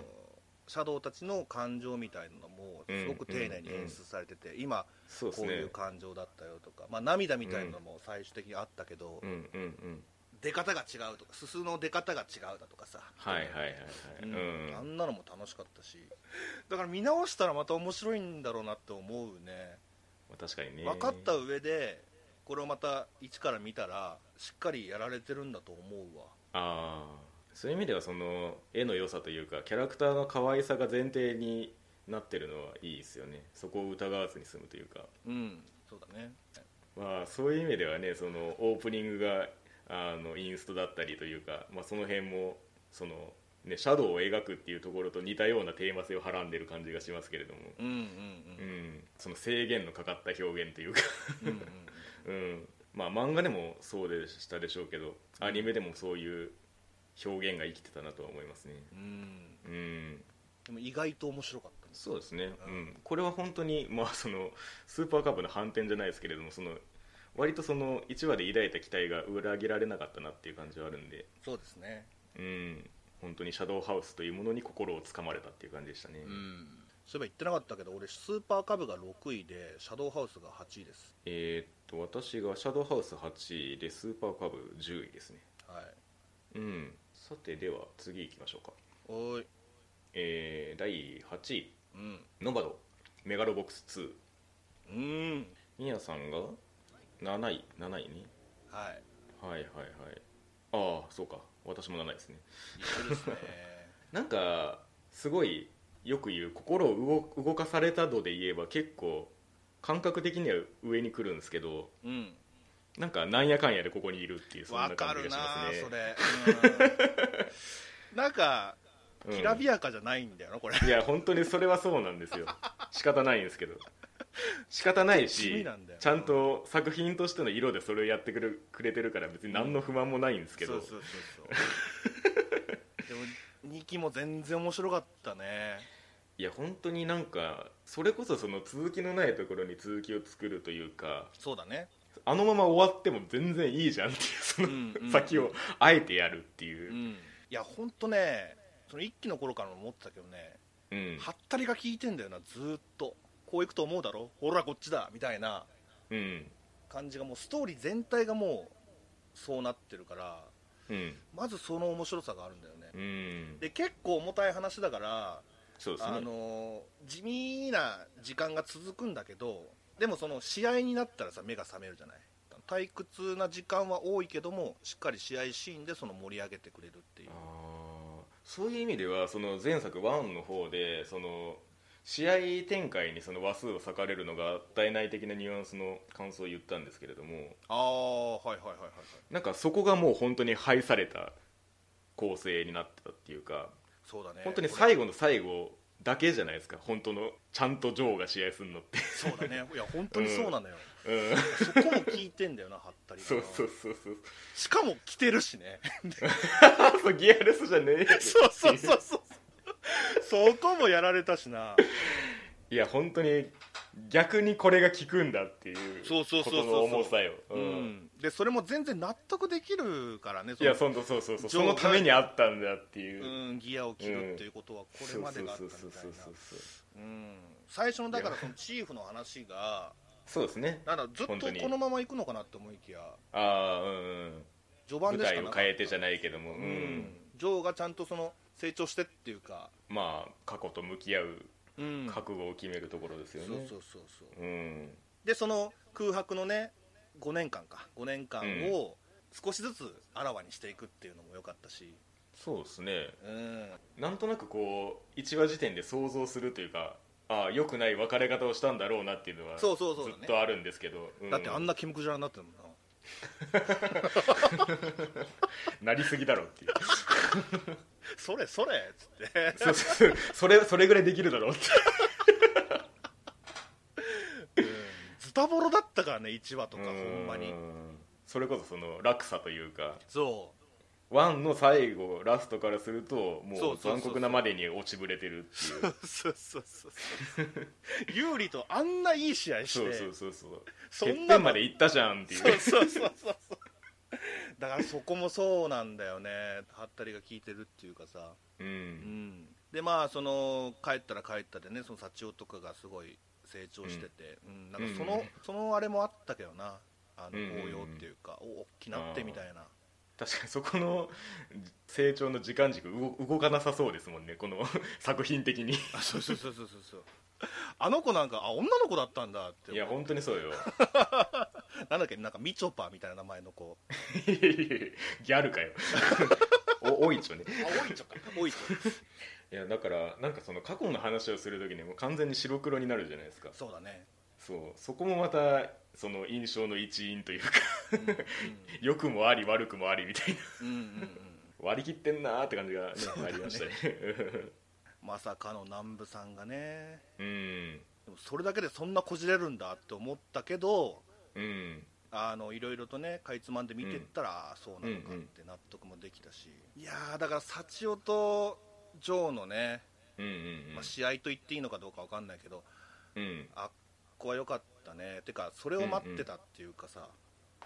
Speaker 2: シャドウたちの感情みたいなのもすごく丁寧に演出されてて、今
Speaker 1: そうで
Speaker 2: こ
Speaker 1: す
Speaker 2: う
Speaker 1: ね
Speaker 2: いう感情だったよとか、まあ、涙みたいなのも最終的にあったけど、
Speaker 1: うんうんうん
Speaker 2: 出方が違うとかすすの出方が違うだとかさ
Speaker 1: はいはいはいはい
Speaker 2: うん
Speaker 1: うん
Speaker 2: あんなのも楽しかったしだから見直したらまた面白いんだろうなって思うね
Speaker 1: まあ確かにね
Speaker 2: 分かった上でこれをまた一から見たらしっかりやられてるんだと思うわ
Speaker 1: ああそういう意味ではその絵の良さというかキャラクターの可愛さが前提になってるのはいいですよねそこを疑わずに済むというか
Speaker 2: うんそうだね
Speaker 1: まあそういう意味ではねそのオープニングがあのインストだったりというか、まあ、その辺もその、ね、シャドウを描くっていうところと似たようなテーマ性をはらんでる感じがしますけれども、
Speaker 2: うんうん
Speaker 1: うん、その制限のかかった表現というか、
Speaker 2: うんうんうん
Speaker 1: うんまあ、漫画でもそうでしたでしょうけどアニメでもそういう表現が生きてたなとは思いますね。
Speaker 2: うん
Speaker 1: うん
Speaker 2: でも意外と面白かったです
Speaker 1: そうですね、うん、これは本当に、まあ、そのスーパーカップの反転じゃないですけれどもその割とその1話で抱いた期待が裏切られなかったなっていう感じはあるんで、
Speaker 2: そうですね
Speaker 1: うん、本当にシャドウハウスというものに心をつかまれたっていう感じでしたね、
Speaker 2: うんそういえば言ってなかったけど俺スーパーカブが6位でシャドウハウスが8位です
Speaker 1: えーっと私がシャドウハウス8位でスーパーカブ10位ですね、
Speaker 2: はい
Speaker 1: うん、さてでは次行きましょうか、
Speaker 2: おーい
Speaker 1: えー第8位
Speaker 2: うん
Speaker 1: ノバドメガロボックス2
Speaker 2: うん
Speaker 1: ミヤさんが7位7位ね
Speaker 2: はい
Speaker 1: はいはいはいああそうか私も7位ですね
Speaker 2: 一緒ですね
Speaker 1: なんかすごいよく言う心を動動かされた度で言えば結構感覚的には上に来るんですけど
Speaker 2: うん
Speaker 1: なんかなんやかんやでここにいるっていうそんな
Speaker 2: わか
Speaker 1: 感じが
Speaker 2: る
Speaker 1: し
Speaker 2: な
Speaker 1: ますね
Speaker 2: それ、 うんなんか
Speaker 1: うん
Speaker 2: きらびやかじゃないんだよなこれ
Speaker 1: いや本当にそれはそうなんですよ仕方ないんですけど仕方ない
Speaker 2: 地味
Speaker 1: し
Speaker 2: なんだよ
Speaker 1: ちゃんと作品としての色でそれをやってくれるくれてるから別に何の不満もないんですけど、
Speaker 2: そうそうそうそう でも2期も全然面白かったね
Speaker 1: いや本当になんかそれこそその続きのないところに続きを作るというか
Speaker 2: そうだね
Speaker 1: あのまま終わっても全然いいじゃんっていうその、
Speaker 2: うんうん
Speaker 1: 先をあえてやるっていうう、
Speaker 2: んいや本当ねその1期の頃からも思ってたけどね
Speaker 1: うん
Speaker 2: はったりが効いてんだよなずーっとこういくと思うだろほらこっちだみたいな
Speaker 1: うん
Speaker 2: 感じがもうストーリー全体がもうそうなってるから
Speaker 1: うん
Speaker 2: まずその面白さがあるんだよね
Speaker 1: うん
Speaker 2: で結構重たい話だから
Speaker 1: そうですね
Speaker 2: あのー地味な時間が続くんだけどでもその試合になったらさ目が覚めるじゃない退屈な時間は多いけどもしっかり試合シーンでその盛り上げてくれるっていう
Speaker 1: あーそういう意味ではその前作1の方でその試合展開にその話数を割かれるのが大内的なニュアンスの感想を言ったんですけれども
Speaker 2: ああはいはいはいはいはい
Speaker 1: なんかそこがもう本当に廃された構成になってたっていうか
Speaker 2: そうだね
Speaker 1: 本当に
Speaker 2: 後
Speaker 1: 最後の最後だけじゃないですか本当のちゃんとジョーが試合するの って、
Speaker 2: そうだねいや本当にそうなのよ、
Speaker 1: うん、
Speaker 2: そこも聞いてんだよなハったり
Speaker 1: そうそうそうそう
Speaker 2: しかも着てるしね
Speaker 1: あそうギアレスじゃねえよ
Speaker 2: そうそうそうそうそこもやられたしない
Speaker 1: や本当に逆にこれが効くんだっていう
Speaker 2: そうそうそうそう
Speaker 1: ことの重さよ、
Speaker 2: うん、でそれも全然納得できるからねそ
Speaker 1: い
Speaker 2: の
Speaker 1: やそんとそうそうそう
Speaker 2: ジ
Speaker 1: そ
Speaker 2: ョー
Speaker 1: の
Speaker 2: が
Speaker 1: ためにあったんだっていう、
Speaker 2: うん、ギアを切るっていうことはこれ
Speaker 1: そう
Speaker 2: ま
Speaker 1: そ
Speaker 2: で
Speaker 1: う
Speaker 2: があった
Speaker 1: そう
Speaker 2: みた
Speaker 1: そうそう
Speaker 2: いな
Speaker 1: そう
Speaker 2: うん最初のだからそのチーフの話が
Speaker 1: そうですね
Speaker 2: なんだずっと
Speaker 1: 本当に
Speaker 2: このまま行くのかなって思いきや
Speaker 1: ああうん、うん、
Speaker 2: 序盤
Speaker 1: 舞
Speaker 2: でしか
Speaker 1: 台を
Speaker 2: なかった
Speaker 1: 変えてじゃないけども、う
Speaker 2: うんん、ジョーがちゃんとその成長してっていうか、
Speaker 1: まあ過去と向き合う
Speaker 2: うん、
Speaker 1: 覚悟を決めるところですよ
Speaker 2: そう
Speaker 1: ね、
Speaker 2: そうそうそう
Speaker 1: うん、
Speaker 2: でその空白のね5年間か5年間を少しずつあらわにしていくっていうのも良かったし
Speaker 1: そうですね
Speaker 2: うん
Speaker 1: なんとなくこう1話時点で想像するというかああよくない別れ方をしたんだろうなっていうのは
Speaker 2: そうそうそう
Speaker 1: ず
Speaker 2: だね
Speaker 1: っとあるんですけどうん
Speaker 2: だってあんな煙くじらになって るもんな
Speaker 1: なりすぎだろうっていう
Speaker 2: それそれっつって
Speaker 1: そうそうそれそれぐらいできるだろうって
Speaker 2: ズタボロだったからね1話とかほんま
Speaker 1: う
Speaker 2: に
Speaker 1: それこそその落差というか
Speaker 2: そ
Speaker 1: ワンの最後ラストからすると
Speaker 2: そ
Speaker 1: も
Speaker 2: う
Speaker 1: う
Speaker 2: そうそうそう
Speaker 1: 残酷なまでに落ちぶれてるっていう
Speaker 2: うそうそうそうそう有利とあんないい試合して
Speaker 1: そうそうそうそう
Speaker 2: そ
Speaker 1: てっ
Speaker 2: ん
Speaker 1: ぺ
Speaker 2: なん
Speaker 1: まで行ったじゃんっていう
Speaker 2: そうそうそうそうそうだからそこもそうなんだよねハったりが効いてるっていうかさ
Speaker 1: う
Speaker 2: うんんでまあその帰ったら帰ったでねその幸男とかがすごい成長してて、うんなんかその、
Speaker 1: うん
Speaker 2: そのあれもあったけどなあの
Speaker 1: うんうんうん
Speaker 2: 応用っていうか、お大きなってみたいな
Speaker 1: 確かにそこの成長の時間軸動動かなさそうですもんねこの 作品的に
Speaker 2: あそうそうそうそうそうそう あの子なんかあ女の子だったんだって
Speaker 1: いや本当にそうよ
Speaker 2: なんだっけなんかみちょぱみたいな名前の子
Speaker 1: ギャルかよ おおいちょね
Speaker 2: あおいちょか おいちょ
Speaker 1: いやだからなんかその過去の話をする時にもう完全に白黒になるじゃないですか
Speaker 2: そうだね、
Speaker 1: そうそこもまたその印象の一因というか
Speaker 2: うんうん
Speaker 1: 良くもあり悪くもありみたいな
Speaker 2: うんうんうん
Speaker 1: 割り切ってんなーって感じが、ね
Speaker 2: そうだね
Speaker 1: ありましたね
Speaker 2: まさかの南部さんがね
Speaker 1: うん
Speaker 2: でもそれだけでそんなこじれるんだって思ったけど
Speaker 1: うん
Speaker 2: あのいろいろとねかいつまんで見てったら、あーそうなのか
Speaker 1: うんうん
Speaker 2: って納得もできたし、いやーだから幸男とジョーのね、
Speaker 1: うんうん
Speaker 2: まあ、試合と言っていいのかどうかわかんないけど、
Speaker 1: うんうん
Speaker 2: あっこは良かったねてかそれを待ってたっていうかさ、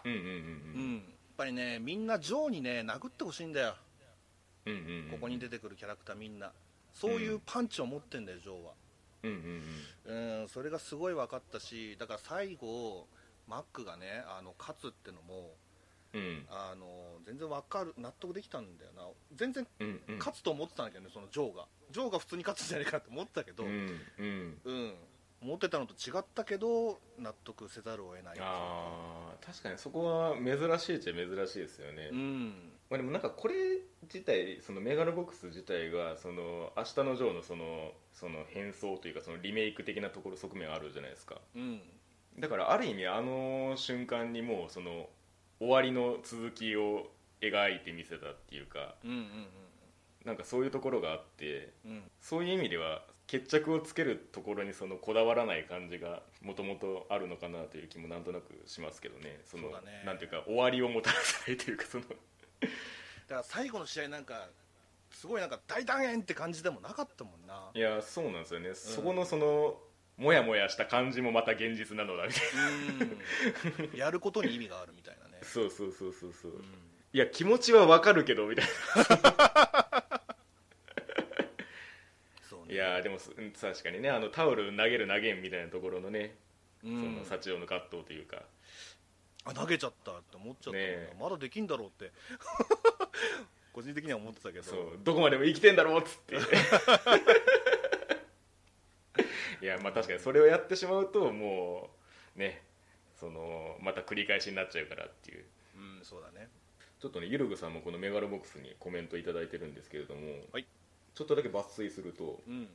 Speaker 1: うんうん
Speaker 2: うんやっぱりねみんなジョーにね殴ってほしいんだよ、
Speaker 1: うんうんうんうん
Speaker 2: ここに出てくるキャラクターみんなそういうパンチを持ってんだよジョーは
Speaker 1: うんうんうん
Speaker 2: うんそれがすごい分かったしだから最後マックがねあの勝つってのも
Speaker 1: うん
Speaker 2: あの全然わかる納得できたんだよな全然
Speaker 1: うんうん
Speaker 2: 勝つと思ってたんだけどねそのジョーがジョーが普通に勝つんじゃないかって思ったけど、
Speaker 1: う
Speaker 2: うん
Speaker 1: んうん
Speaker 2: 思ってたのと違ったけど納得せざるを得ないっていうか
Speaker 1: あー確かにそこは珍しいっちゃ珍しいですよね、
Speaker 2: うん
Speaker 1: まあ、でもなんかこれ自体そのメガロボックス自体がその明日のジョーのそのその変装というかそのリメイク的なところ側面あるじゃないですか
Speaker 2: うん
Speaker 1: だからある意味あの瞬間にもうその終わりの続きを描いてみせたっていうか
Speaker 2: うんうん
Speaker 1: なんかそういうところがあって
Speaker 2: うんうん
Speaker 1: そういう意味では決着をつけるところにそのこだわらない感じがもともとあるのかなという気もなんとなくしますけどねその
Speaker 2: そうだね
Speaker 1: なんていうか終わりをもたらさないというかその
Speaker 2: だから最後の試合なんかすごいなんか大団円って感じでもなかったもんな い
Speaker 1: やそうなんですよね、そこのそのもやもやした感じもまた現実なのだみたいな
Speaker 2: うんやることに意味があるみたいなね
Speaker 1: そうそうそうそうそう、
Speaker 2: うん
Speaker 1: いや気持ちはわかるけどみたい
Speaker 2: そう
Speaker 1: な
Speaker 2: ね
Speaker 1: いやでもそうん確かにねあのタオル投げる投げんみたいなところのね、
Speaker 2: うん
Speaker 1: その幸男の葛藤というか
Speaker 2: あ投げちゃったって思っちゃったもんな、
Speaker 1: ねえ
Speaker 2: まだできんだろうって 個人的には思ってたけど
Speaker 1: そうどこまでも生きてんだろうっつ っていやまあ確かにそれをやってしまうともうねそのまた繰り返しになっちゃうからっていう
Speaker 2: うんそうだね
Speaker 1: ちょっとねゆるぐさんもこのメガロボックスにコメント頂いただいてるんですけれども、
Speaker 2: はい
Speaker 1: ちょっとだけ抜粋すると
Speaker 2: うん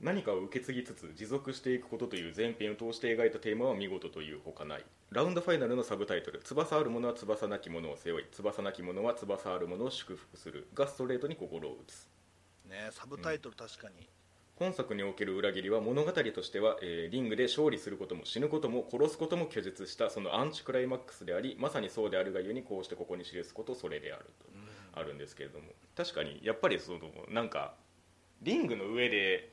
Speaker 1: 何かを受け継ぎつつ持続していくことという前編を通して描いたテーマは見事というほかないラウンドファイナルのサブタイトル「翼ある者は翼なき者を背負い翼なき者は翼ある者を祝福する」がストレートに心を打つ
Speaker 2: ねサブタイトル確かに、
Speaker 1: 本作における裏切りは物語としては、えーリングで勝利することも死ぬことも殺すことも拒絶したそのアンチクライマックスでありまさにそうであるがゆえにこうしてここに記すことそれであるとあるんですけれども確かにやっぱりそのなんかリングの上で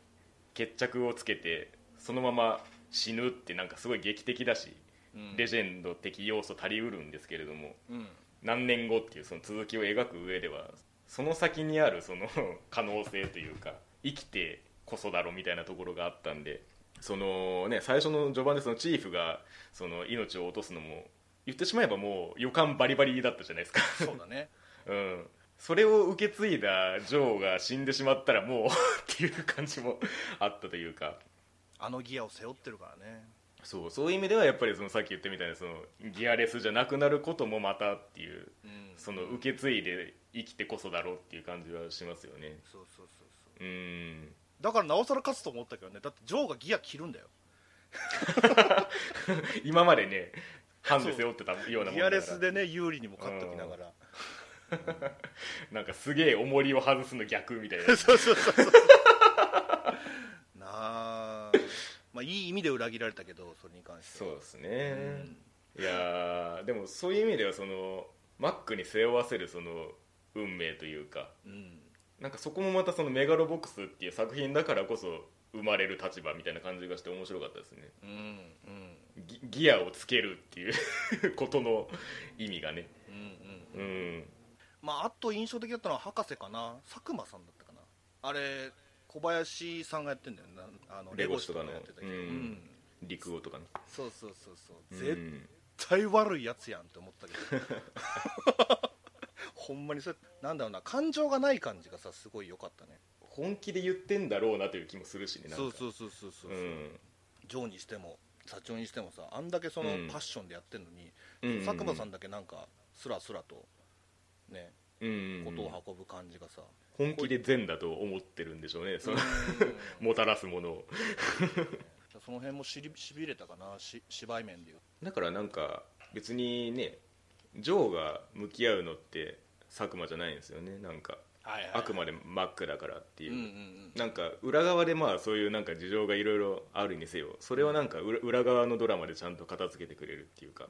Speaker 1: 決着をつけてそのまま死ぬってなんかすごい劇的だし、
Speaker 2: うん
Speaker 1: レジェンド的要素足りうるんですけれども
Speaker 2: うん
Speaker 1: 何年後っていうその続きを描く上ではその先にあるその 可能性というか生きてこそだろみたいなところがあったんでそのね最初の序盤でそのチーフがその命を落とすのも言ってしまえばもう予感バリバリだったじゃないですか
Speaker 2: そうだね
Speaker 1: うん、それを受け継いだジョーが死んでしまったらもう っていう感じもあったというか
Speaker 2: あのギアを背負ってるからね
Speaker 1: そうそういう意味ではやっぱりそのさっき言ってみたいなそのギアレスじゃなくなることもまたっていう
Speaker 2: うん
Speaker 1: その受け継いで生きてこそだろうっていう感じはしますよね
Speaker 2: そうそうそうそう
Speaker 1: うん
Speaker 2: だからなおさら勝つと思ったけどねだってジョーがギア切るんだよ
Speaker 1: 今までねハンデ背負ってたようなもん
Speaker 2: ギ
Speaker 1: だ
Speaker 2: ア
Speaker 1: か
Speaker 2: レ
Speaker 1: ら
Speaker 2: スでね有利にも勝っときながら
Speaker 1: なんかすげえ重りを外すの逆みたいな
Speaker 2: そうそうそうそう なあまあいい意味で裏切られたけどそれに関して
Speaker 1: そ
Speaker 2: は
Speaker 1: うです
Speaker 2: う
Speaker 1: ね
Speaker 2: ん
Speaker 1: いやーでもそういう意味ではそのマックに背負わせるその運命というか
Speaker 2: うん
Speaker 1: なんかそこもまたそのメガロボックスっていう作品だからこそ生まれる立場みたいな感じがして面白かったですね
Speaker 2: うんうん
Speaker 1: ギギアをつけるっていう ことの意味がね
Speaker 2: うんうん
Speaker 1: うん
Speaker 2: まああと印象的だったのは博士かな佐久間さんだったかなあれ小林さんがやってんだよねなあの
Speaker 1: レ
Speaker 2: レ
Speaker 1: ゴ
Speaker 2: ゴ
Speaker 1: シ
Speaker 2: シ
Speaker 1: と
Speaker 2: と
Speaker 1: かの
Speaker 2: かのやってたけど、
Speaker 1: うん
Speaker 2: うん
Speaker 1: 陸王とかね
Speaker 2: そうそうそうそう
Speaker 1: うん
Speaker 2: 絶対悪いやつやんって思ったけど ほんまにそれなんだろうな感情がない感じがさすごい良かったね
Speaker 1: 本気で言ってんだろうなという気もするしねなんか
Speaker 2: そうそうそうそうそう、
Speaker 1: うん
Speaker 2: ジョーにしても社長にしてもさあんだけその
Speaker 1: うん
Speaker 2: パッションでやってるのに、
Speaker 1: うんうんうん
Speaker 2: 佐久間さんだけなんかスラスラとね
Speaker 1: うんうんう
Speaker 2: こ
Speaker 1: ん
Speaker 2: とを運ぶ感じがさ、
Speaker 1: 本気で善だと思ってるんでしょうねそのもたらすものを
Speaker 2: その辺もしりしびれたかなし芝居面でいう
Speaker 1: だからなんか別にねジョーが向き合うのって佐久間じゃないんですよねなんか
Speaker 2: はいはい
Speaker 1: あくまでマックだからっていう、
Speaker 2: うんうんうん
Speaker 1: なんか裏側でまあそういうなんか事情がいろいろあるにせよそれはなんか裏裏側のドラマでちゃんと片付けてくれるっていうか、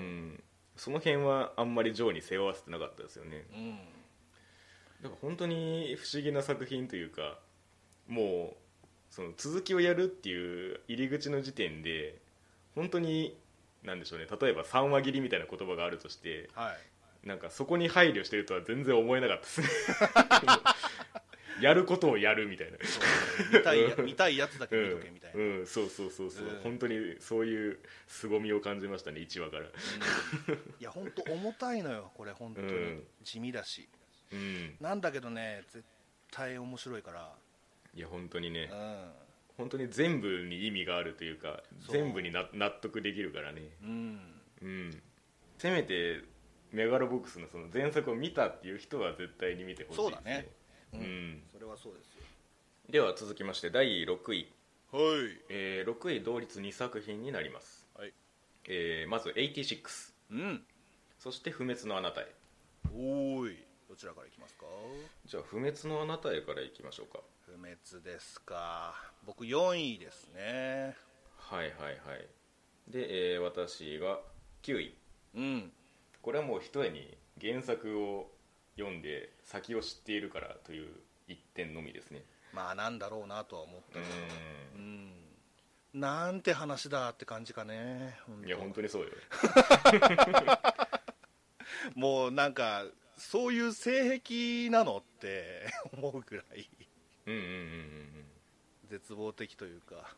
Speaker 1: う
Speaker 2: ん
Speaker 1: ん、その辺はあんまりジョーに背負わせてなかったですよね
Speaker 2: うんうん
Speaker 1: だから本当に不思議な作品というかもうその続きをやるっていう入り口の時点で本当に何でしょうね例えば3話切りみたいな言葉があるとして
Speaker 2: はい
Speaker 1: なんかそこに配慮してるとは全然思えなかったですねやることをやるみたいな
Speaker 2: そう見たいや 見たいやつだけ見とけみたいな、
Speaker 1: うんうん、そうそうそうそう、
Speaker 2: うん
Speaker 1: 本当にそういう凄みを感じましたね1話から
Speaker 2: うんいや本当重たいのよこれ本当に、
Speaker 1: うん
Speaker 2: 地味だし
Speaker 1: うん
Speaker 2: なんだけどね絶対面白いから
Speaker 1: いや本当にね、
Speaker 2: う
Speaker 1: 本当に全部に意味があるというか
Speaker 2: そう
Speaker 1: 全部にな納得できるからね
Speaker 2: んうん
Speaker 1: うんせめてメガロボックスのその前作を見たっていう人は絶対に見てほしいです
Speaker 2: そうだねう
Speaker 1: うん
Speaker 2: ん、
Speaker 1: うん
Speaker 2: それはそうですよ
Speaker 1: では続きまして第6位、
Speaker 2: はい
Speaker 1: えー6位同率2作品になります、
Speaker 2: はい
Speaker 1: えーまず86
Speaker 2: うん
Speaker 1: そして「不滅のあなたへ
Speaker 2: おーいどちらからいきますか」
Speaker 1: じゃあ「不滅のあなたへ」からいきましょうか
Speaker 2: 不滅ですか僕4位ですね
Speaker 1: はいはいはいで、えー私が9位
Speaker 2: うん
Speaker 1: これはもうひとえに原作を読んで先を知っているからという一点のみですね
Speaker 2: まあなんだろうなとは思っ
Speaker 1: う
Speaker 2: た
Speaker 1: ん
Speaker 2: けどうんなんて話だって感じかね
Speaker 1: いや本当にそうよ
Speaker 2: もうなんかそういう性癖なのって 思うぐらい
Speaker 1: うんうんうんうん
Speaker 2: 絶望的というか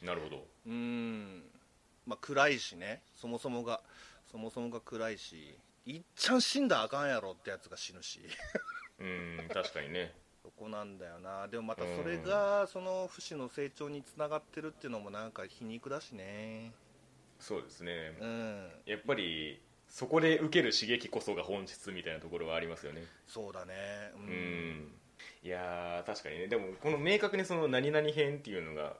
Speaker 1: うんなるほど
Speaker 2: うんまあ暗いしねそもそもがそもそもが暗いしいっちゃん死んだらあかんやろってやつが死ぬし
Speaker 1: うん確かにね
Speaker 2: そこなんだよなでもまたそれがその不死の成長につながってるっていうのもなんか皮肉だしね
Speaker 1: そうですね
Speaker 2: うん
Speaker 1: やっぱりそこで受ける刺激こそが本質みたいなところはありますよね
Speaker 2: そうだね
Speaker 1: うん、いやー確かにねでもこの明確にその何々編っていうのが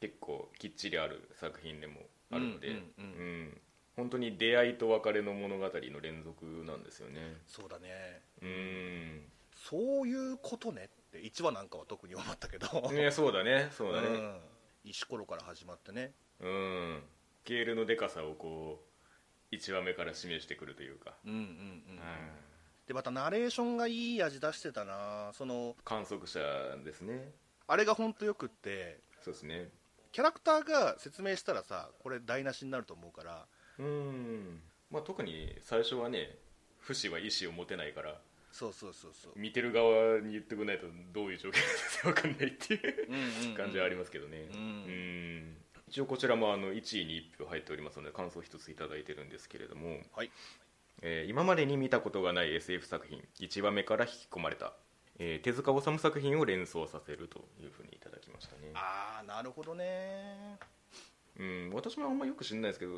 Speaker 1: 結構きっちりある作品でもあるので
Speaker 2: うんうんう
Speaker 1: うん本当に出会いと別れの物語の連続なんですよね
Speaker 2: そうだね
Speaker 1: うん
Speaker 2: そういうことねってって1話なんかは特に思ったけど、
Speaker 1: ねそうだねそうだ
Speaker 2: う
Speaker 1: ね
Speaker 2: ん、石ころから始まってね
Speaker 1: うん、ゲールのでかさをこう1話目から示してくるというか、
Speaker 2: うんうんう
Speaker 1: う
Speaker 2: ん、
Speaker 1: ん
Speaker 2: でまたナレーションがいい味出してたなその
Speaker 1: 観測者ですね
Speaker 2: あれが本当よくって
Speaker 1: そうですね
Speaker 2: キャラクターが説明したらさこれ台無しになると思うから
Speaker 1: うん、まあ、特に最初はね不死は意志を持てないから
Speaker 2: そうそうそうそう、
Speaker 1: 見てる側に言ってくれないとどういう状況かわかんないっていう感じはありますけどね
Speaker 2: うん
Speaker 1: ん一応こちらもあの1位に1票入っておりますので感想一ついただいてるんですけれども、
Speaker 2: はい
Speaker 1: えー今までに見たことがない SF 作品1話目から引き込まれた、えー手塚治虫作品を連想させるというふうにいただきましたね
Speaker 2: ああなるほどね
Speaker 1: うん私もあんまよく知んないですけど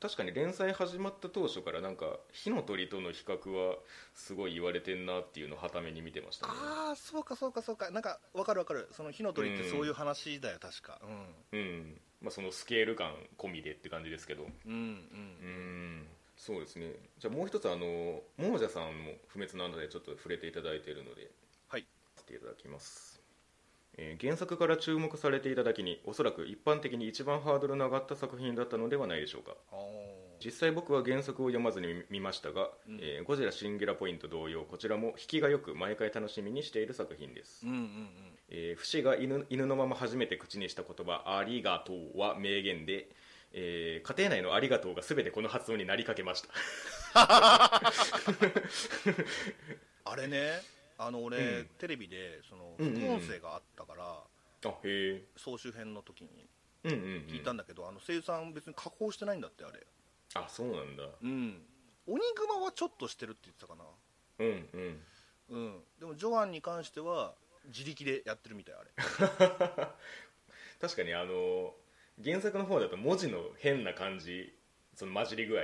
Speaker 1: 確かに連載始まった当初からなんか火の鳥との比較はすごい言われてんなっていうのをはために見てましたね
Speaker 2: ああそうかそうかそうかなんかわかるわかるその火の鳥ってそういう話だよ確か
Speaker 1: うんまあ、そのスケール感込みでって感じですけど
Speaker 2: うんう
Speaker 1: う
Speaker 2: んうん
Speaker 1: んそうですねじゃあもう一つあの亡者さんも不滅なのでちょっと触れていただいているので
Speaker 2: はい
Speaker 1: させていただきます、えー原作から注目されていただけにおそらく一般的に一番ハードルの上がった作品だったのではないでしょうか
Speaker 2: あー
Speaker 1: 実際僕は原作を読まずに見ましたが、
Speaker 2: うん
Speaker 1: えーゴジラシンギュラポイント同様こちらも引きがよく毎回楽しみにしている作品です、
Speaker 2: うんうん
Speaker 1: えー、フシが犬犬のまま初めて口にした言葉「ありがとう」は名言で、えー家庭内の「ありがとう」が全てこの発音になりかけました、
Speaker 2: あれねあの俺、
Speaker 1: うん
Speaker 2: テレビでその
Speaker 1: うんうん
Speaker 2: 副音声があったから、
Speaker 1: あへ
Speaker 2: 総集編の時に
Speaker 1: えうんうん、うん、
Speaker 2: 聞いたんだけど、あの声優さん別に加工してないんだってあれ
Speaker 1: あそうなんだ
Speaker 2: うん鬼熊はちょっとしてるって言ってたかな
Speaker 1: うんうん
Speaker 2: うんでもジョアンに関しては自力でやってるみたいあれ
Speaker 1: 確かにあの原作の方だと文字の変な感じその混じり具合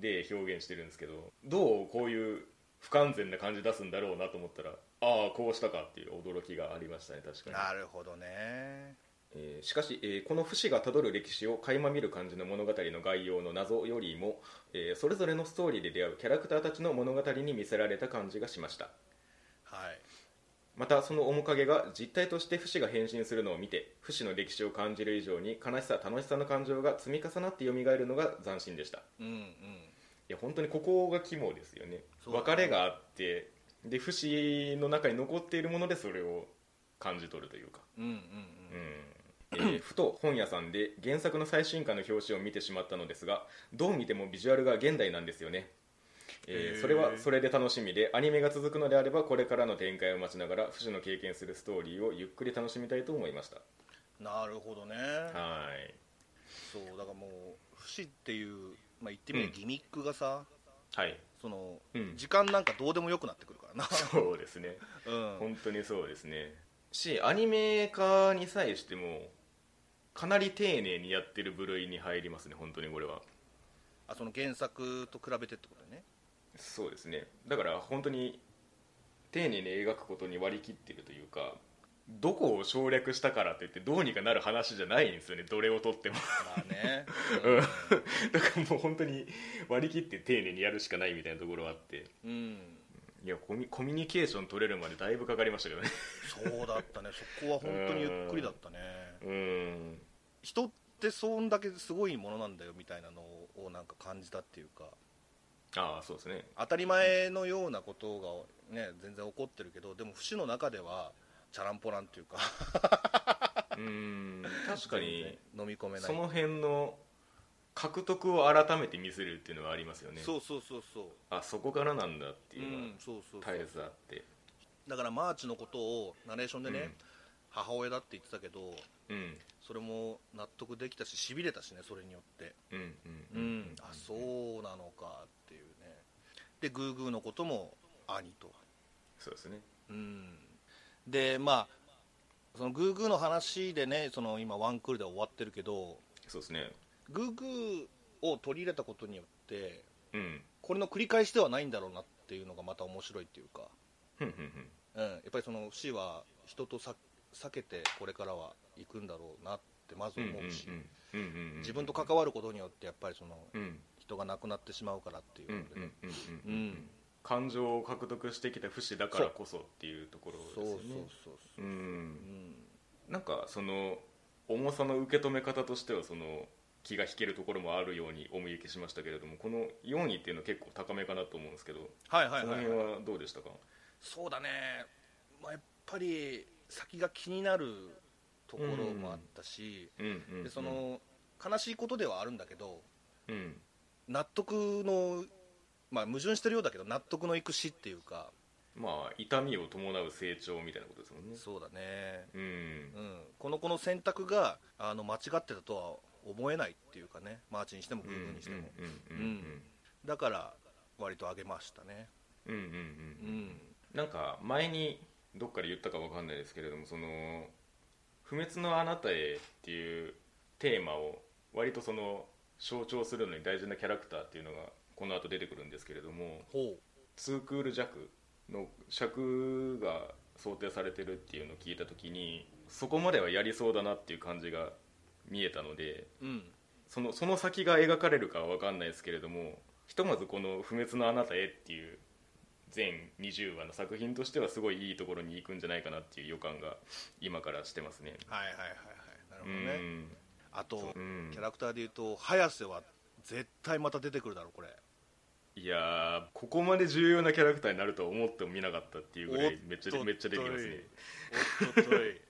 Speaker 1: で表現してるんですけどどうこういう不完全な感じ出すんだろうなと思ったらああこうしたかっていう驚きがありましたね確かに
Speaker 2: なるほどね
Speaker 1: えーしかし、えーこの不死がたどる歴史を垣間見る感じの物語の概要の謎よりも、えーそれぞれのストーリーで出会うキャラクターたちの物語に見せられた感じがしました
Speaker 2: はい
Speaker 1: またその面影が実態として不死が変身するのを見て不死の歴史を感じる以上に悲しさ楽しさの感情が積み重なって蘇るのが斬新でしたい
Speaker 2: うんうん
Speaker 1: や本当にここが肝ですよね
Speaker 2: そうだね
Speaker 1: 別れがあってで不死の中に残っているものでそれを感じ取るというか
Speaker 2: うんうんうん
Speaker 1: えーふと本屋さんで原作の最新刊の表紙を見てしまったのですがどう見てもビジュアルが現代なんですよね、え
Speaker 2: へ
Speaker 1: ー
Speaker 2: ー
Speaker 1: それはそれで楽しみでアニメが続くのであればこれからの展開を待ちながら不死の経験するストーリーをゆっくり楽しみたいと思いました
Speaker 2: なるほどね
Speaker 1: はい
Speaker 2: そうだからもう不死っていう、まあ、言ってみれば
Speaker 1: うん
Speaker 2: ギミックがさ、
Speaker 1: はい
Speaker 2: その
Speaker 1: うん
Speaker 2: 時間なんかどうでもよくなってくるからな
Speaker 1: そうですね
Speaker 2: うん
Speaker 1: 本当にそうですねしアニメ化に際してもかなり丁寧にやってる部類に入りますね本当にこれは
Speaker 2: あその原作と比べてってことね
Speaker 1: そうですねだから本当に丁寧に描くことに割り切ってるというかどこを省略したからといってどうにかなる話じゃないんですよねどれを取っても
Speaker 2: まあね
Speaker 1: だからもう本当に割り切って丁寧にやるしかないみたいなところはあって
Speaker 2: うん、うん
Speaker 1: いやコミコミュニケーション取れるまでだいぶかかりました けどね
Speaker 2: そうだったねそこは本当にゆっくりだったね
Speaker 1: うん
Speaker 2: 人ってそんだけすごいものなんだよみたいなのをなんか感じたっていうか
Speaker 1: ああそうですね
Speaker 2: 当たり前のようなことがね全然起こってるけどでも節の中ではチャランポランっていうか
Speaker 1: うん確かに
Speaker 2: 全然飲み込めない
Speaker 1: その辺の獲得を改めて見せるっていうのはありますよね
Speaker 2: そうそうそうそう
Speaker 1: あそこからなんだっていう
Speaker 2: う
Speaker 1: の
Speaker 2: んそうそう
Speaker 1: が
Speaker 2: そう
Speaker 1: 絶えずあって
Speaker 2: だからマーチのことをナレーションでね、
Speaker 1: うん
Speaker 2: 母親だって言ってたけど
Speaker 1: うん
Speaker 2: それも納得できたししびれたしねそれによって
Speaker 1: うん
Speaker 2: うん、あそうなのかっていうねでグーグーのことも兄と
Speaker 1: そうですね
Speaker 2: うんでまあそのグーグーの話でねその今ワンクールで終わってるけど
Speaker 1: そうですね
Speaker 2: グーグーを取り入れたことによって
Speaker 1: うん
Speaker 2: これの繰り返しではないんだろうなっていうのがまた面白いっていうか
Speaker 1: ふんふんふん
Speaker 2: うん、やっぱりその死は人とさ避けてこれからは行くんだろうなってまず
Speaker 1: うん
Speaker 2: 思うし、
Speaker 1: うんうんうんうん
Speaker 2: 自分と関わることによってやっぱりその
Speaker 1: うん
Speaker 2: 人が亡くなってしまうからっていう
Speaker 1: う
Speaker 2: の
Speaker 1: ん
Speaker 2: で、
Speaker 1: うんうんうん
Speaker 2: うん
Speaker 1: 感情を獲得してきた不死だからこそっていうところです
Speaker 2: そ
Speaker 1: よ
Speaker 2: う
Speaker 1: ね
Speaker 2: そうそうそう
Speaker 1: う
Speaker 2: うんん
Speaker 1: なんかその重さの受け止め方としてはその気が引けるところもあるようにお見受けしましたけれどもこの4位っていうのは結構高めかなと思うんですけど、
Speaker 2: はいはいはい、
Speaker 1: そ
Speaker 2: はい
Speaker 1: の、辺はどうでしたか
Speaker 2: そうだね、まあ、やっぱり先が気になるところもあったし、
Speaker 1: うんうんうん
Speaker 2: でその悲しいことではあるんだけど
Speaker 1: うん
Speaker 2: 納得の、まあ、矛盾してるようだけど納得のいく死っていうか
Speaker 1: まあ痛みを伴う成長みたいなことですもんね
Speaker 2: そうだね、
Speaker 1: うん
Speaker 2: うん、この子の選択があの間違ってたとは思えないっていうかねマーチにしてもグ
Speaker 1: うんう
Speaker 2: ーグー
Speaker 1: ん
Speaker 2: にしても、
Speaker 1: うん
Speaker 2: だから割と上げましたね
Speaker 1: うんうんうんうん
Speaker 2: う
Speaker 1: うん
Speaker 2: ん
Speaker 1: なんか前にどっかで言ったかわかんないですけれどもその「不滅のあなたへ」っていうテーマを割とその象徴するのに大事なキャラクターっていうのがこの後出てくるんですけれども
Speaker 2: ほ
Speaker 1: 2クール弱の尺が想定されてるっていうのを聞いた時にそこまではやりそうだなっていう感じが見えたので
Speaker 2: ううん
Speaker 1: そのその先が描かれるかは分かんないですけれどもひとまずこの「不滅のあなたへ」っていう全20話の作品としてはすごいいいところに行くんじゃないかなっていう予感が今からしてますね。
Speaker 2: はいはいはいはいなる
Speaker 1: う
Speaker 2: ほどね、
Speaker 1: ん
Speaker 2: あと、
Speaker 1: うん
Speaker 2: キャラクターでいうと早瀬は絶対また出てくるだろうこれ
Speaker 1: いやーここまで重要なキャラクターになるとは思ってもみなかったっていうぐらいめっちゃめっちゃできますね
Speaker 2: おっとっとい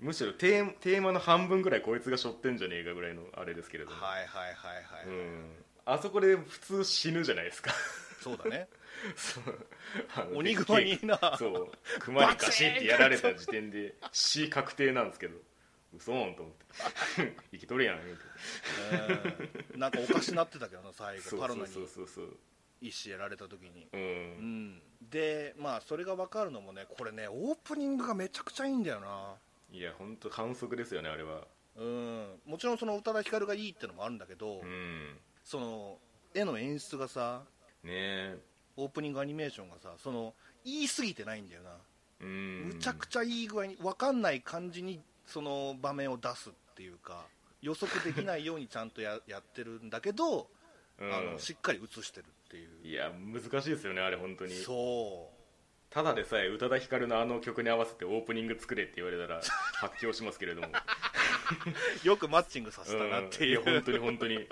Speaker 1: むしろテーマテーマの半分ぐらいこいつが背負ってんじゃねえかぐらいのあれですけれども、
Speaker 2: はいはいはいはい、
Speaker 1: うん、あそこで普通死ぬじゃないですか
Speaker 2: そうだね
Speaker 1: そうあの
Speaker 2: 鬼熊にな
Speaker 1: そう熊にガシッてやられた時点で死確定なんですけど嘘んと思って 生きとるやん言うて
Speaker 2: うんなんかおかしなってたけどな最
Speaker 1: そ
Speaker 2: 後
Speaker 1: う
Speaker 2: パロ
Speaker 1: そ
Speaker 2: ナ
Speaker 1: う
Speaker 2: に
Speaker 1: そうそうそう
Speaker 2: 一子やられた時に
Speaker 1: う
Speaker 2: うんんでまあそれが分かるのもねこれねオープニングがめちゃくちゃいいんだよない
Speaker 1: や本当反則ですよねあれは
Speaker 2: うんもちろんその宇多田ヒカルがいいってのもあるんだけど、
Speaker 1: うん
Speaker 2: その絵の演出がさ
Speaker 1: ねえ
Speaker 2: オープニングアニメーションがさその言い過ぎてないんだよな
Speaker 1: うん
Speaker 2: むちゃくちゃいい具合に分かんない感じにその場面を出すっていうか予測できないようにちゃんとややってるんだけど、
Speaker 1: うん
Speaker 2: あのしっかり映してるっていう
Speaker 1: いや難しいですよねあれ本当に
Speaker 2: そ
Speaker 1: ただでさえ宇多田ヒカルのあの曲に合わせてオープニング作れって言われ たら発狂しますけれども
Speaker 2: うよくマッチングさせたなっていう、
Speaker 1: んや本当に本当に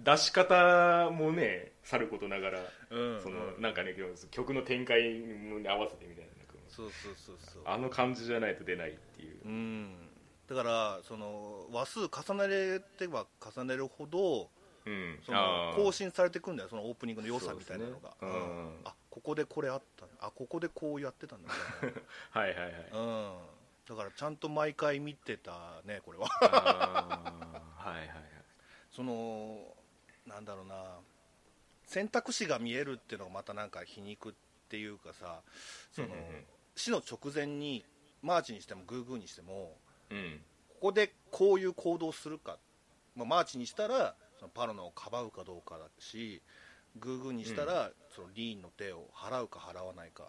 Speaker 1: 出し方もねさることながら
Speaker 2: うん
Speaker 1: そ
Speaker 2: うん
Speaker 1: のなんかね曲の展開に合わせてみたいななんか
Speaker 2: そうそうそうそう
Speaker 1: あの感じじゃないと出ないっていう
Speaker 2: うんだからその話数重ねれば重ねるほど
Speaker 1: うん
Speaker 2: その更新されてくんだよそのオープニングの良さみたいなのが、
Speaker 1: そうですねうん
Speaker 2: あここでこれあったあここでこうやってたんだみたいな
Speaker 1: はいはいはい
Speaker 2: うん、だからちゃんと毎回見てたねこれは
Speaker 1: あーはい はいはい
Speaker 2: そのなんだろうな選択肢が見えるっていうのがまたなんか皮肉っていうかさその
Speaker 1: うんうんうん
Speaker 2: 死の直前にマーチにしてもグーグーにしても
Speaker 1: うん
Speaker 2: ここでこういう行動をするか、まあ、マーチにしたらそのパロナをかばうかどうかだしグーグーにしたら、そのリーンの手を払うか払わないか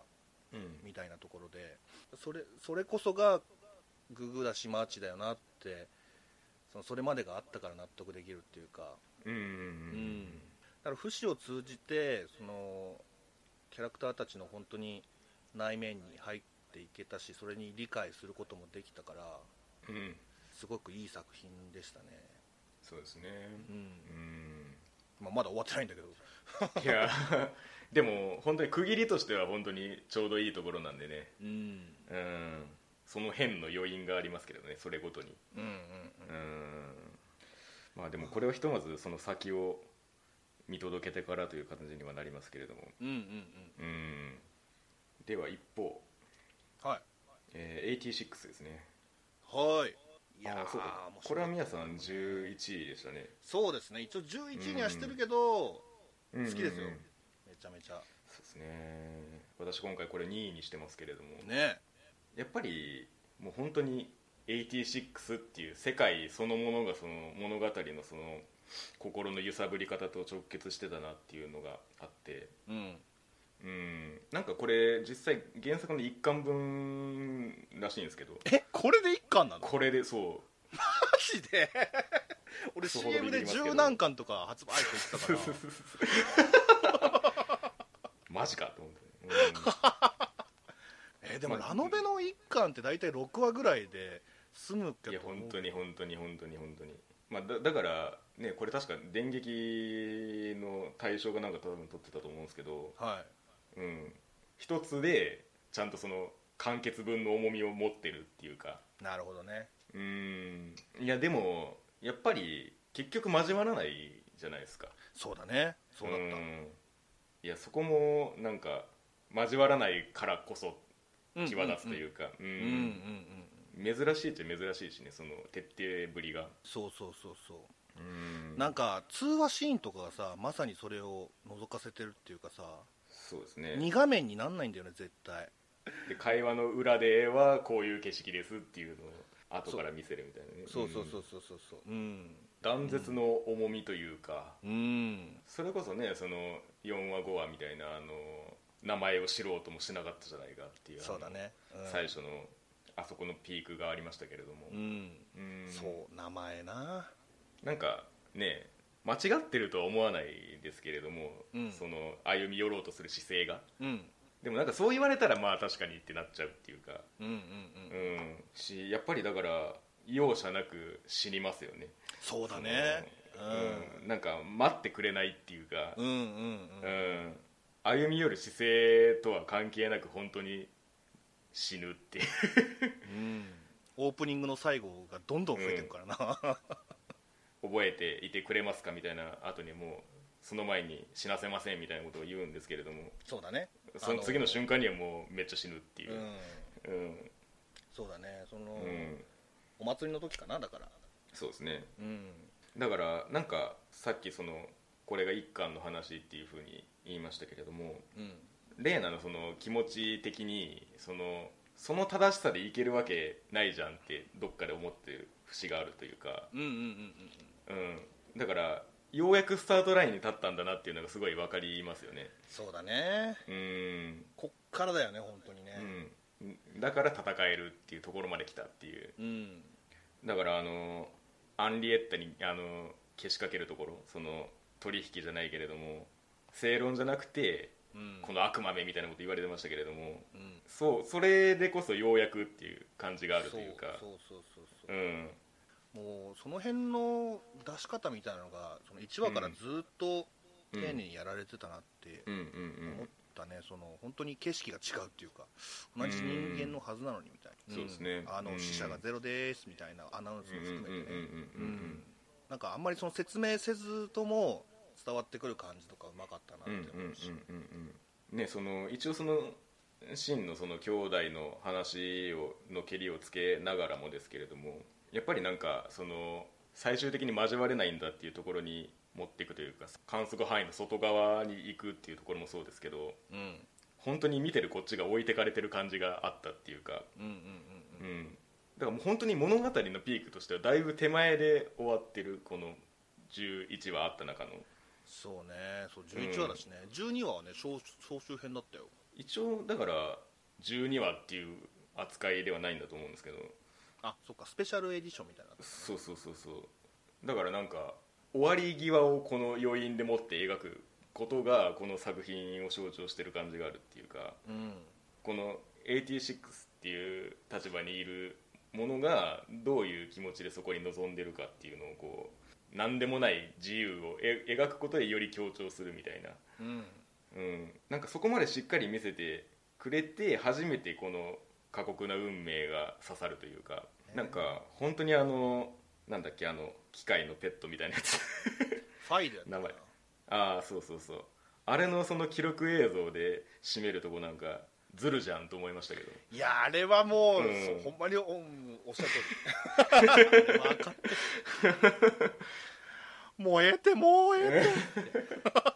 Speaker 1: うん
Speaker 2: みたいなところでそれそれこそがグーグーだしマーチだよなってそのそれまでがあったから納得できるっていうか、
Speaker 1: うん
Speaker 2: うだから不死を通じてそのキャラクターたちの本当に内面に入っていけたしそれに理解することもできたから
Speaker 1: うんうん
Speaker 2: すごくいい作品でしたね、
Speaker 1: そうですね
Speaker 2: うん
Speaker 1: うん
Speaker 2: まあ、まだ終わってないんだけど
Speaker 1: いや でも本当に区切りとしては本当にちょうどいいところなんでね
Speaker 2: うん
Speaker 1: うんその辺の余韻がありますけどねそれごとに
Speaker 2: うんうん
Speaker 1: うんまあでもこれはひとまずその先を見届けてからという形にはなりますけれども
Speaker 2: うんうんうん
Speaker 1: うんでは一方、
Speaker 2: はい
Speaker 1: えー86ですね
Speaker 2: はいい
Speaker 1: あ
Speaker 2: や
Speaker 1: ーそうか
Speaker 2: ー
Speaker 1: これは宮さん11位でしたね
Speaker 2: そうですね一応11位にはしてるけど、
Speaker 1: 好
Speaker 2: 好きです
Speaker 1: そ
Speaker 2: よ、
Speaker 1: う
Speaker 2: めちゃめちゃ
Speaker 1: ですね私今回これ2位にしてますけれども、
Speaker 2: ね
Speaker 1: やっぱりもう本当に86っていう世界そのものがその物語のその心の揺さぶり方と直結してたなっていうのがあって
Speaker 2: うん
Speaker 1: うんなんかこれ実際原作の一巻分らしいんですけど
Speaker 2: えこれで一巻なのマ
Speaker 1: これでそう
Speaker 2: ジで 俺
Speaker 1: クソほど
Speaker 2: CM
Speaker 1: ビビり
Speaker 2: で
Speaker 1: ますけど
Speaker 2: 十何巻とか発売って言ってたから
Speaker 1: マジかと思って、うん
Speaker 2: えーでも
Speaker 1: まあ
Speaker 2: ラノベの一巻って大体6話ぐらいで済む けど
Speaker 1: いや本当に本当に本当に本当にまあだだからねこれ確か電撃の対象がなんか多分取ってたと思うんですけど
Speaker 2: はい
Speaker 1: うん一つでちゃんとその完結分の重みを持ってるっていうか
Speaker 2: なるほどね
Speaker 1: うんいやでもやっぱり結局交わらないじゃないですか
Speaker 2: そうだねそうだっ
Speaker 1: んいやそこもなんか交わらないからこそ
Speaker 2: た
Speaker 1: 際立つと
Speaker 2: う
Speaker 1: いうかうん
Speaker 2: うんうんうんうんう
Speaker 1: 珍
Speaker 2: ん
Speaker 1: しいっちゃ珍しいしねその徹底ぶりが
Speaker 2: そうそうそうそう
Speaker 1: うん
Speaker 2: なんか通話シーンとかがさまさにそれを覗かせてるっていうかさ
Speaker 1: そうですね
Speaker 2: 2画面になんないんだよね絶対
Speaker 1: で会話の裏ではこういう景色ですっていうのを後から見せるみたいなね
Speaker 2: そうそうそううそうそうそううん
Speaker 1: ん断絶の重みというか、
Speaker 2: うん
Speaker 1: それこそねその4話5話みたいなあの名前を知ろうともしなかったじゃないかっていう
Speaker 2: そうだね
Speaker 1: あの
Speaker 2: うん
Speaker 1: 最初のあそこのピークがありましたけれども
Speaker 2: う、ん
Speaker 1: うん
Speaker 2: そう名前な
Speaker 1: なんかね間違ってるとは思わないですけれども、
Speaker 2: うん
Speaker 1: その歩み寄ろうとする姿勢が
Speaker 2: うん
Speaker 1: でもなんかそう言われたらまあ確かにってなっちゃうっていうか
Speaker 2: うんうんうん
Speaker 1: うんしやっぱりだから容赦なく死にますよね
Speaker 2: そうだね
Speaker 1: うん、なんか待ってくれないっていうか
Speaker 2: うんうんうん
Speaker 1: う
Speaker 2: うん
Speaker 1: ん歩み寄る姿勢とは関係なく本当に死ぬっていう
Speaker 2: うんオープニングの最後がどんどん増えてるからな、
Speaker 1: 覚えていてくれますかみたいな後にもうその前に死なせませんみたいなことを言うんですけれども
Speaker 2: そうだね
Speaker 1: その次の瞬
Speaker 2: 間
Speaker 1: 間にはもうめっちゃ死ぬっていうう、
Speaker 2: ん
Speaker 1: うん
Speaker 2: そうだねその、
Speaker 1: うん
Speaker 2: お祭りの時かなだから
Speaker 1: そうですね
Speaker 2: うん
Speaker 1: だからなんかさっきそのこれが一巻の話っていうふうに言いましたけれども
Speaker 2: うん
Speaker 1: レーナのその気持ち的にそのその正しさでいけるわけないじゃんってどっかで思ってる節があるというか、
Speaker 2: うんうんうん
Speaker 1: うん、だからようやくスタートラインに立ったんだなっていうのがすごい分かりますよね
Speaker 2: そうだね
Speaker 1: うん、
Speaker 2: こっからだよね本当にね
Speaker 1: うん、だから戦えるっていうところまで来たっていう
Speaker 2: うん、
Speaker 1: だからあのアンリエッタにあのけしかけるところその取引じゃないけれども正論じゃなくて
Speaker 2: うん
Speaker 1: この悪魔めみたいなこと言われてましたけれども
Speaker 2: うん
Speaker 1: そうそれでこそようやくっていう感じがあるというか
Speaker 2: そうそうそうそううんもうその辺の出し方みたいなのがその1話からずっと
Speaker 1: う
Speaker 2: 丁
Speaker 1: ん
Speaker 2: 寧にやられてたなって
Speaker 1: うんうん
Speaker 2: 思ったね、その本当に景色が違うっていうか同じ人間のはずなのにみたいな、
Speaker 1: うんそうですね
Speaker 2: あ
Speaker 1: う
Speaker 2: の
Speaker 1: ん
Speaker 2: 死者がゼロですみたいなアナウンスも含めてね、
Speaker 1: うんうんうんうんうんうん
Speaker 2: なんかあんまりその説明せずとも伝わってくる感じとかうまかったな
Speaker 1: うんうん
Speaker 2: って思うし
Speaker 1: うんうんうんねその一応その真のその兄弟の話をのけりをつけながらもですけれどもやっぱりなんかその最終的に交われないんだっていうところに持っていくというか観測範囲の外側に行くっていうところもそうですけど
Speaker 2: うんうん
Speaker 1: 本当に見てるこっちが置いてかれてる感じがあったっていうか
Speaker 2: うんうん
Speaker 1: うんだからもう本当に物語のピークとしてはだいぶ手前で終わってるこの11話あった中の
Speaker 2: そうねそう11話だしね、12話はね総総集編だったよ
Speaker 1: 一応だから12話っていう扱いではないんだと思うんですけど
Speaker 2: あそっかスペシャルエディションみたいな
Speaker 1: そうそうそうそうだからなんか終わり際をこの余韻でもって描くことがこの作品を象徴してる感じがあるっていうか
Speaker 2: うん
Speaker 1: この86っていう立場にいるものがどういう気持ちでそこに臨んでるかっていうのをこう何でもない自由をえ描くことでより強調するみたいな
Speaker 2: うん
Speaker 1: うん、なんかそこまでしっかり見せてくれて初めてこの過酷な運命が刺さるというか
Speaker 2: ね
Speaker 1: なんか本当にあのなんだっけあの機械のペットみたいなやつ
Speaker 2: ファイルやったかな
Speaker 1: 名前ああそうそうそうあれのその記録映像で締めるとこなんかずるじゃんと思いましたけど
Speaker 2: いやあれはもう、
Speaker 1: うん
Speaker 2: そうほんまにおおっしゃる 通り分かってるもうええってもうええって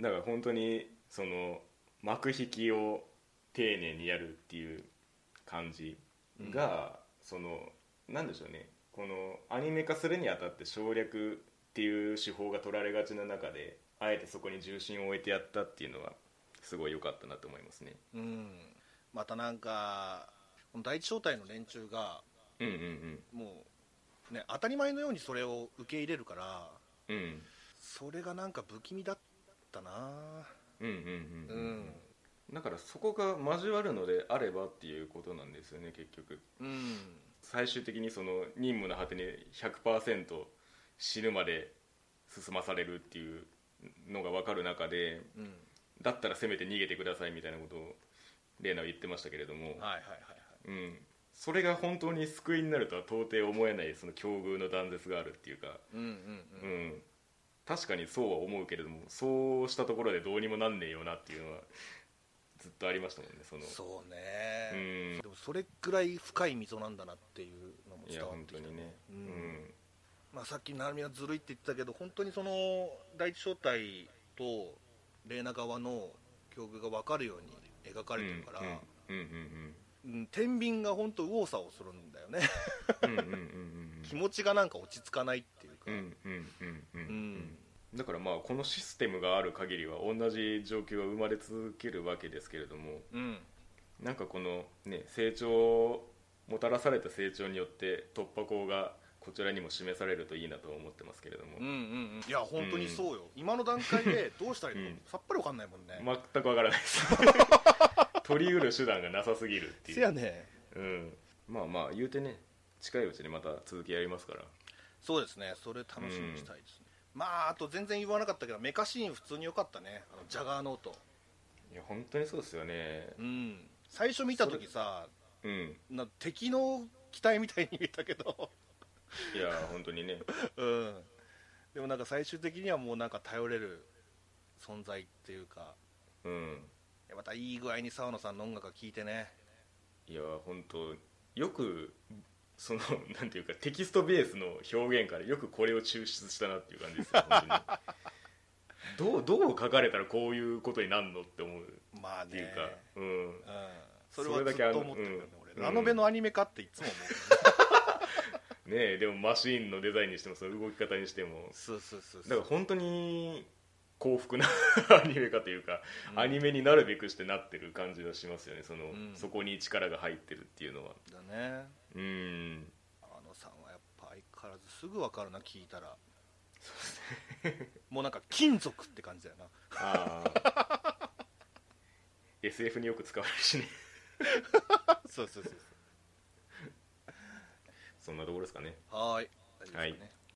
Speaker 1: だから本当にその幕引きを丁寧にやるっていう感じが、そのなんでしょうねこのアニメ化するにあたって省略っていう手法が取られがちな中であえてそこに重心を置いてやったっていうのはすごい良かったなと思いますね
Speaker 2: うんまたなんかこの第一小隊の連中が
Speaker 1: うんうんうん
Speaker 2: もうね当たり前のようにそれを受け入れるから
Speaker 1: うん
Speaker 2: それがなんか不気味だったな
Speaker 1: うんうんうん
Speaker 2: う、
Speaker 1: んうんだからそこが交わるのであればっていうことなんですよね結局
Speaker 2: うん、
Speaker 1: 最終的にその任務の果てに100%死ぬまで進まされるっていうのが分かる中で
Speaker 2: うん、
Speaker 1: だったらせめて逃げてくださいみたいなことをレーナは言ってましたけれども、
Speaker 2: はいはいはいはい
Speaker 1: うん、それが本当に救いになるとは到底思えないその境遇の断絶があるっていうか、
Speaker 2: うんうん
Speaker 1: う
Speaker 2: うん
Speaker 1: ん、確かにそうは思うけれどもそうしたところでどうにもなんねえよなっていうのはずっとありましたもんねその
Speaker 2: そう
Speaker 1: う
Speaker 2: ね、
Speaker 1: ん
Speaker 2: でもそれくらい深い溝なんだなっていうのも
Speaker 1: い
Speaker 2: 伝
Speaker 1: や
Speaker 2: わっ
Speaker 1: 本
Speaker 2: て
Speaker 1: 当
Speaker 2: きた
Speaker 1: にね、
Speaker 2: う
Speaker 1: うんん
Speaker 2: まあ、さっき成美はずるいって言ってたけど本当にその第一小隊と玲奈側の境遇が分かるように描かれてるから、
Speaker 1: うんうんうん
Speaker 2: うん、天秤が本当右往左往するんだ よね
Speaker 1: うんうんうんうん
Speaker 2: 気持ちがなんか落ち着かないっていうか
Speaker 1: うんうんうんうんうん
Speaker 2: う
Speaker 1: うんんだからまあこのシステムがある限りは同じ状況は生まれ続けるわけですけれども
Speaker 2: うん
Speaker 1: なんかこのね成長もたらされた成長によって突破口がこちらにも示されるといいなとは思ってますけれども、
Speaker 2: うんうんうんいや本当にそうよ、今の段階でどうしたらいいのかさっぱり分かんないもんね、
Speaker 1: 全くわからないです 取り得る手段がなさすぎるって
Speaker 2: せ
Speaker 1: いう、
Speaker 2: やね
Speaker 1: うん、まあまあ言うてね近いうちにまた続きやりますから
Speaker 2: そうですねそれ楽しみにしたいですね、まああと全然言わなかったけどメカシーン普通に良かったねあのジャガーノート
Speaker 1: いや本当にそうですよね
Speaker 2: うん最初見た時さ
Speaker 1: うん
Speaker 2: な敵の機体みたいに見えたけど
Speaker 1: いや本当にね
Speaker 2: うんでもなんか最終的にはもうなんか頼れる存在っていうか
Speaker 1: うん
Speaker 2: いやまたいい具合に沢野さんの音楽が聴いてね
Speaker 1: いや本当よくその なんていうかテキストベースの表現からよくこれを抽出したなっていう感じですよ本当にどうどう書かれたらこういうことになるのって思うっ
Speaker 2: まあ
Speaker 1: ていう
Speaker 2: ね
Speaker 1: か、うん
Speaker 2: うん、それはずっと思ってるよね
Speaker 1: それだけあの
Speaker 2: 俺
Speaker 1: うん
Speaker 2: ラノベのアニメ化っていつも思う、
Speaker 1: ねえでもマシーンのデザインにしてもその動き方にしても
Speaker 2: そうそうそう
Speaker 1: だ
Speaker 2: そ
Speaker 1: か
Speaker 2: う
Speaker 1: ら本当に幸福な アニメ化というか、
Speaker 2: うん
Speaker 1: アニメになるべくしてなってる感じがしますよねその、
Speaker 2: うん
Speaker 1: そこに力が入ってるっていうのは
Speaker 2: だね
Speaker 1: うん
Speaker 2: あのさんはやっぱ相変わらずすぐ分かるな聞いたらもうなんか金属って感じだよな
Speaker 1: ああ SF によく使われるしね
Speaker 2: そうそうそう
Speaker 1: そんなところですかね
Speaker 2: そうはーい大丈夫ですか
Speaker 1: はい
Speaker 2: ね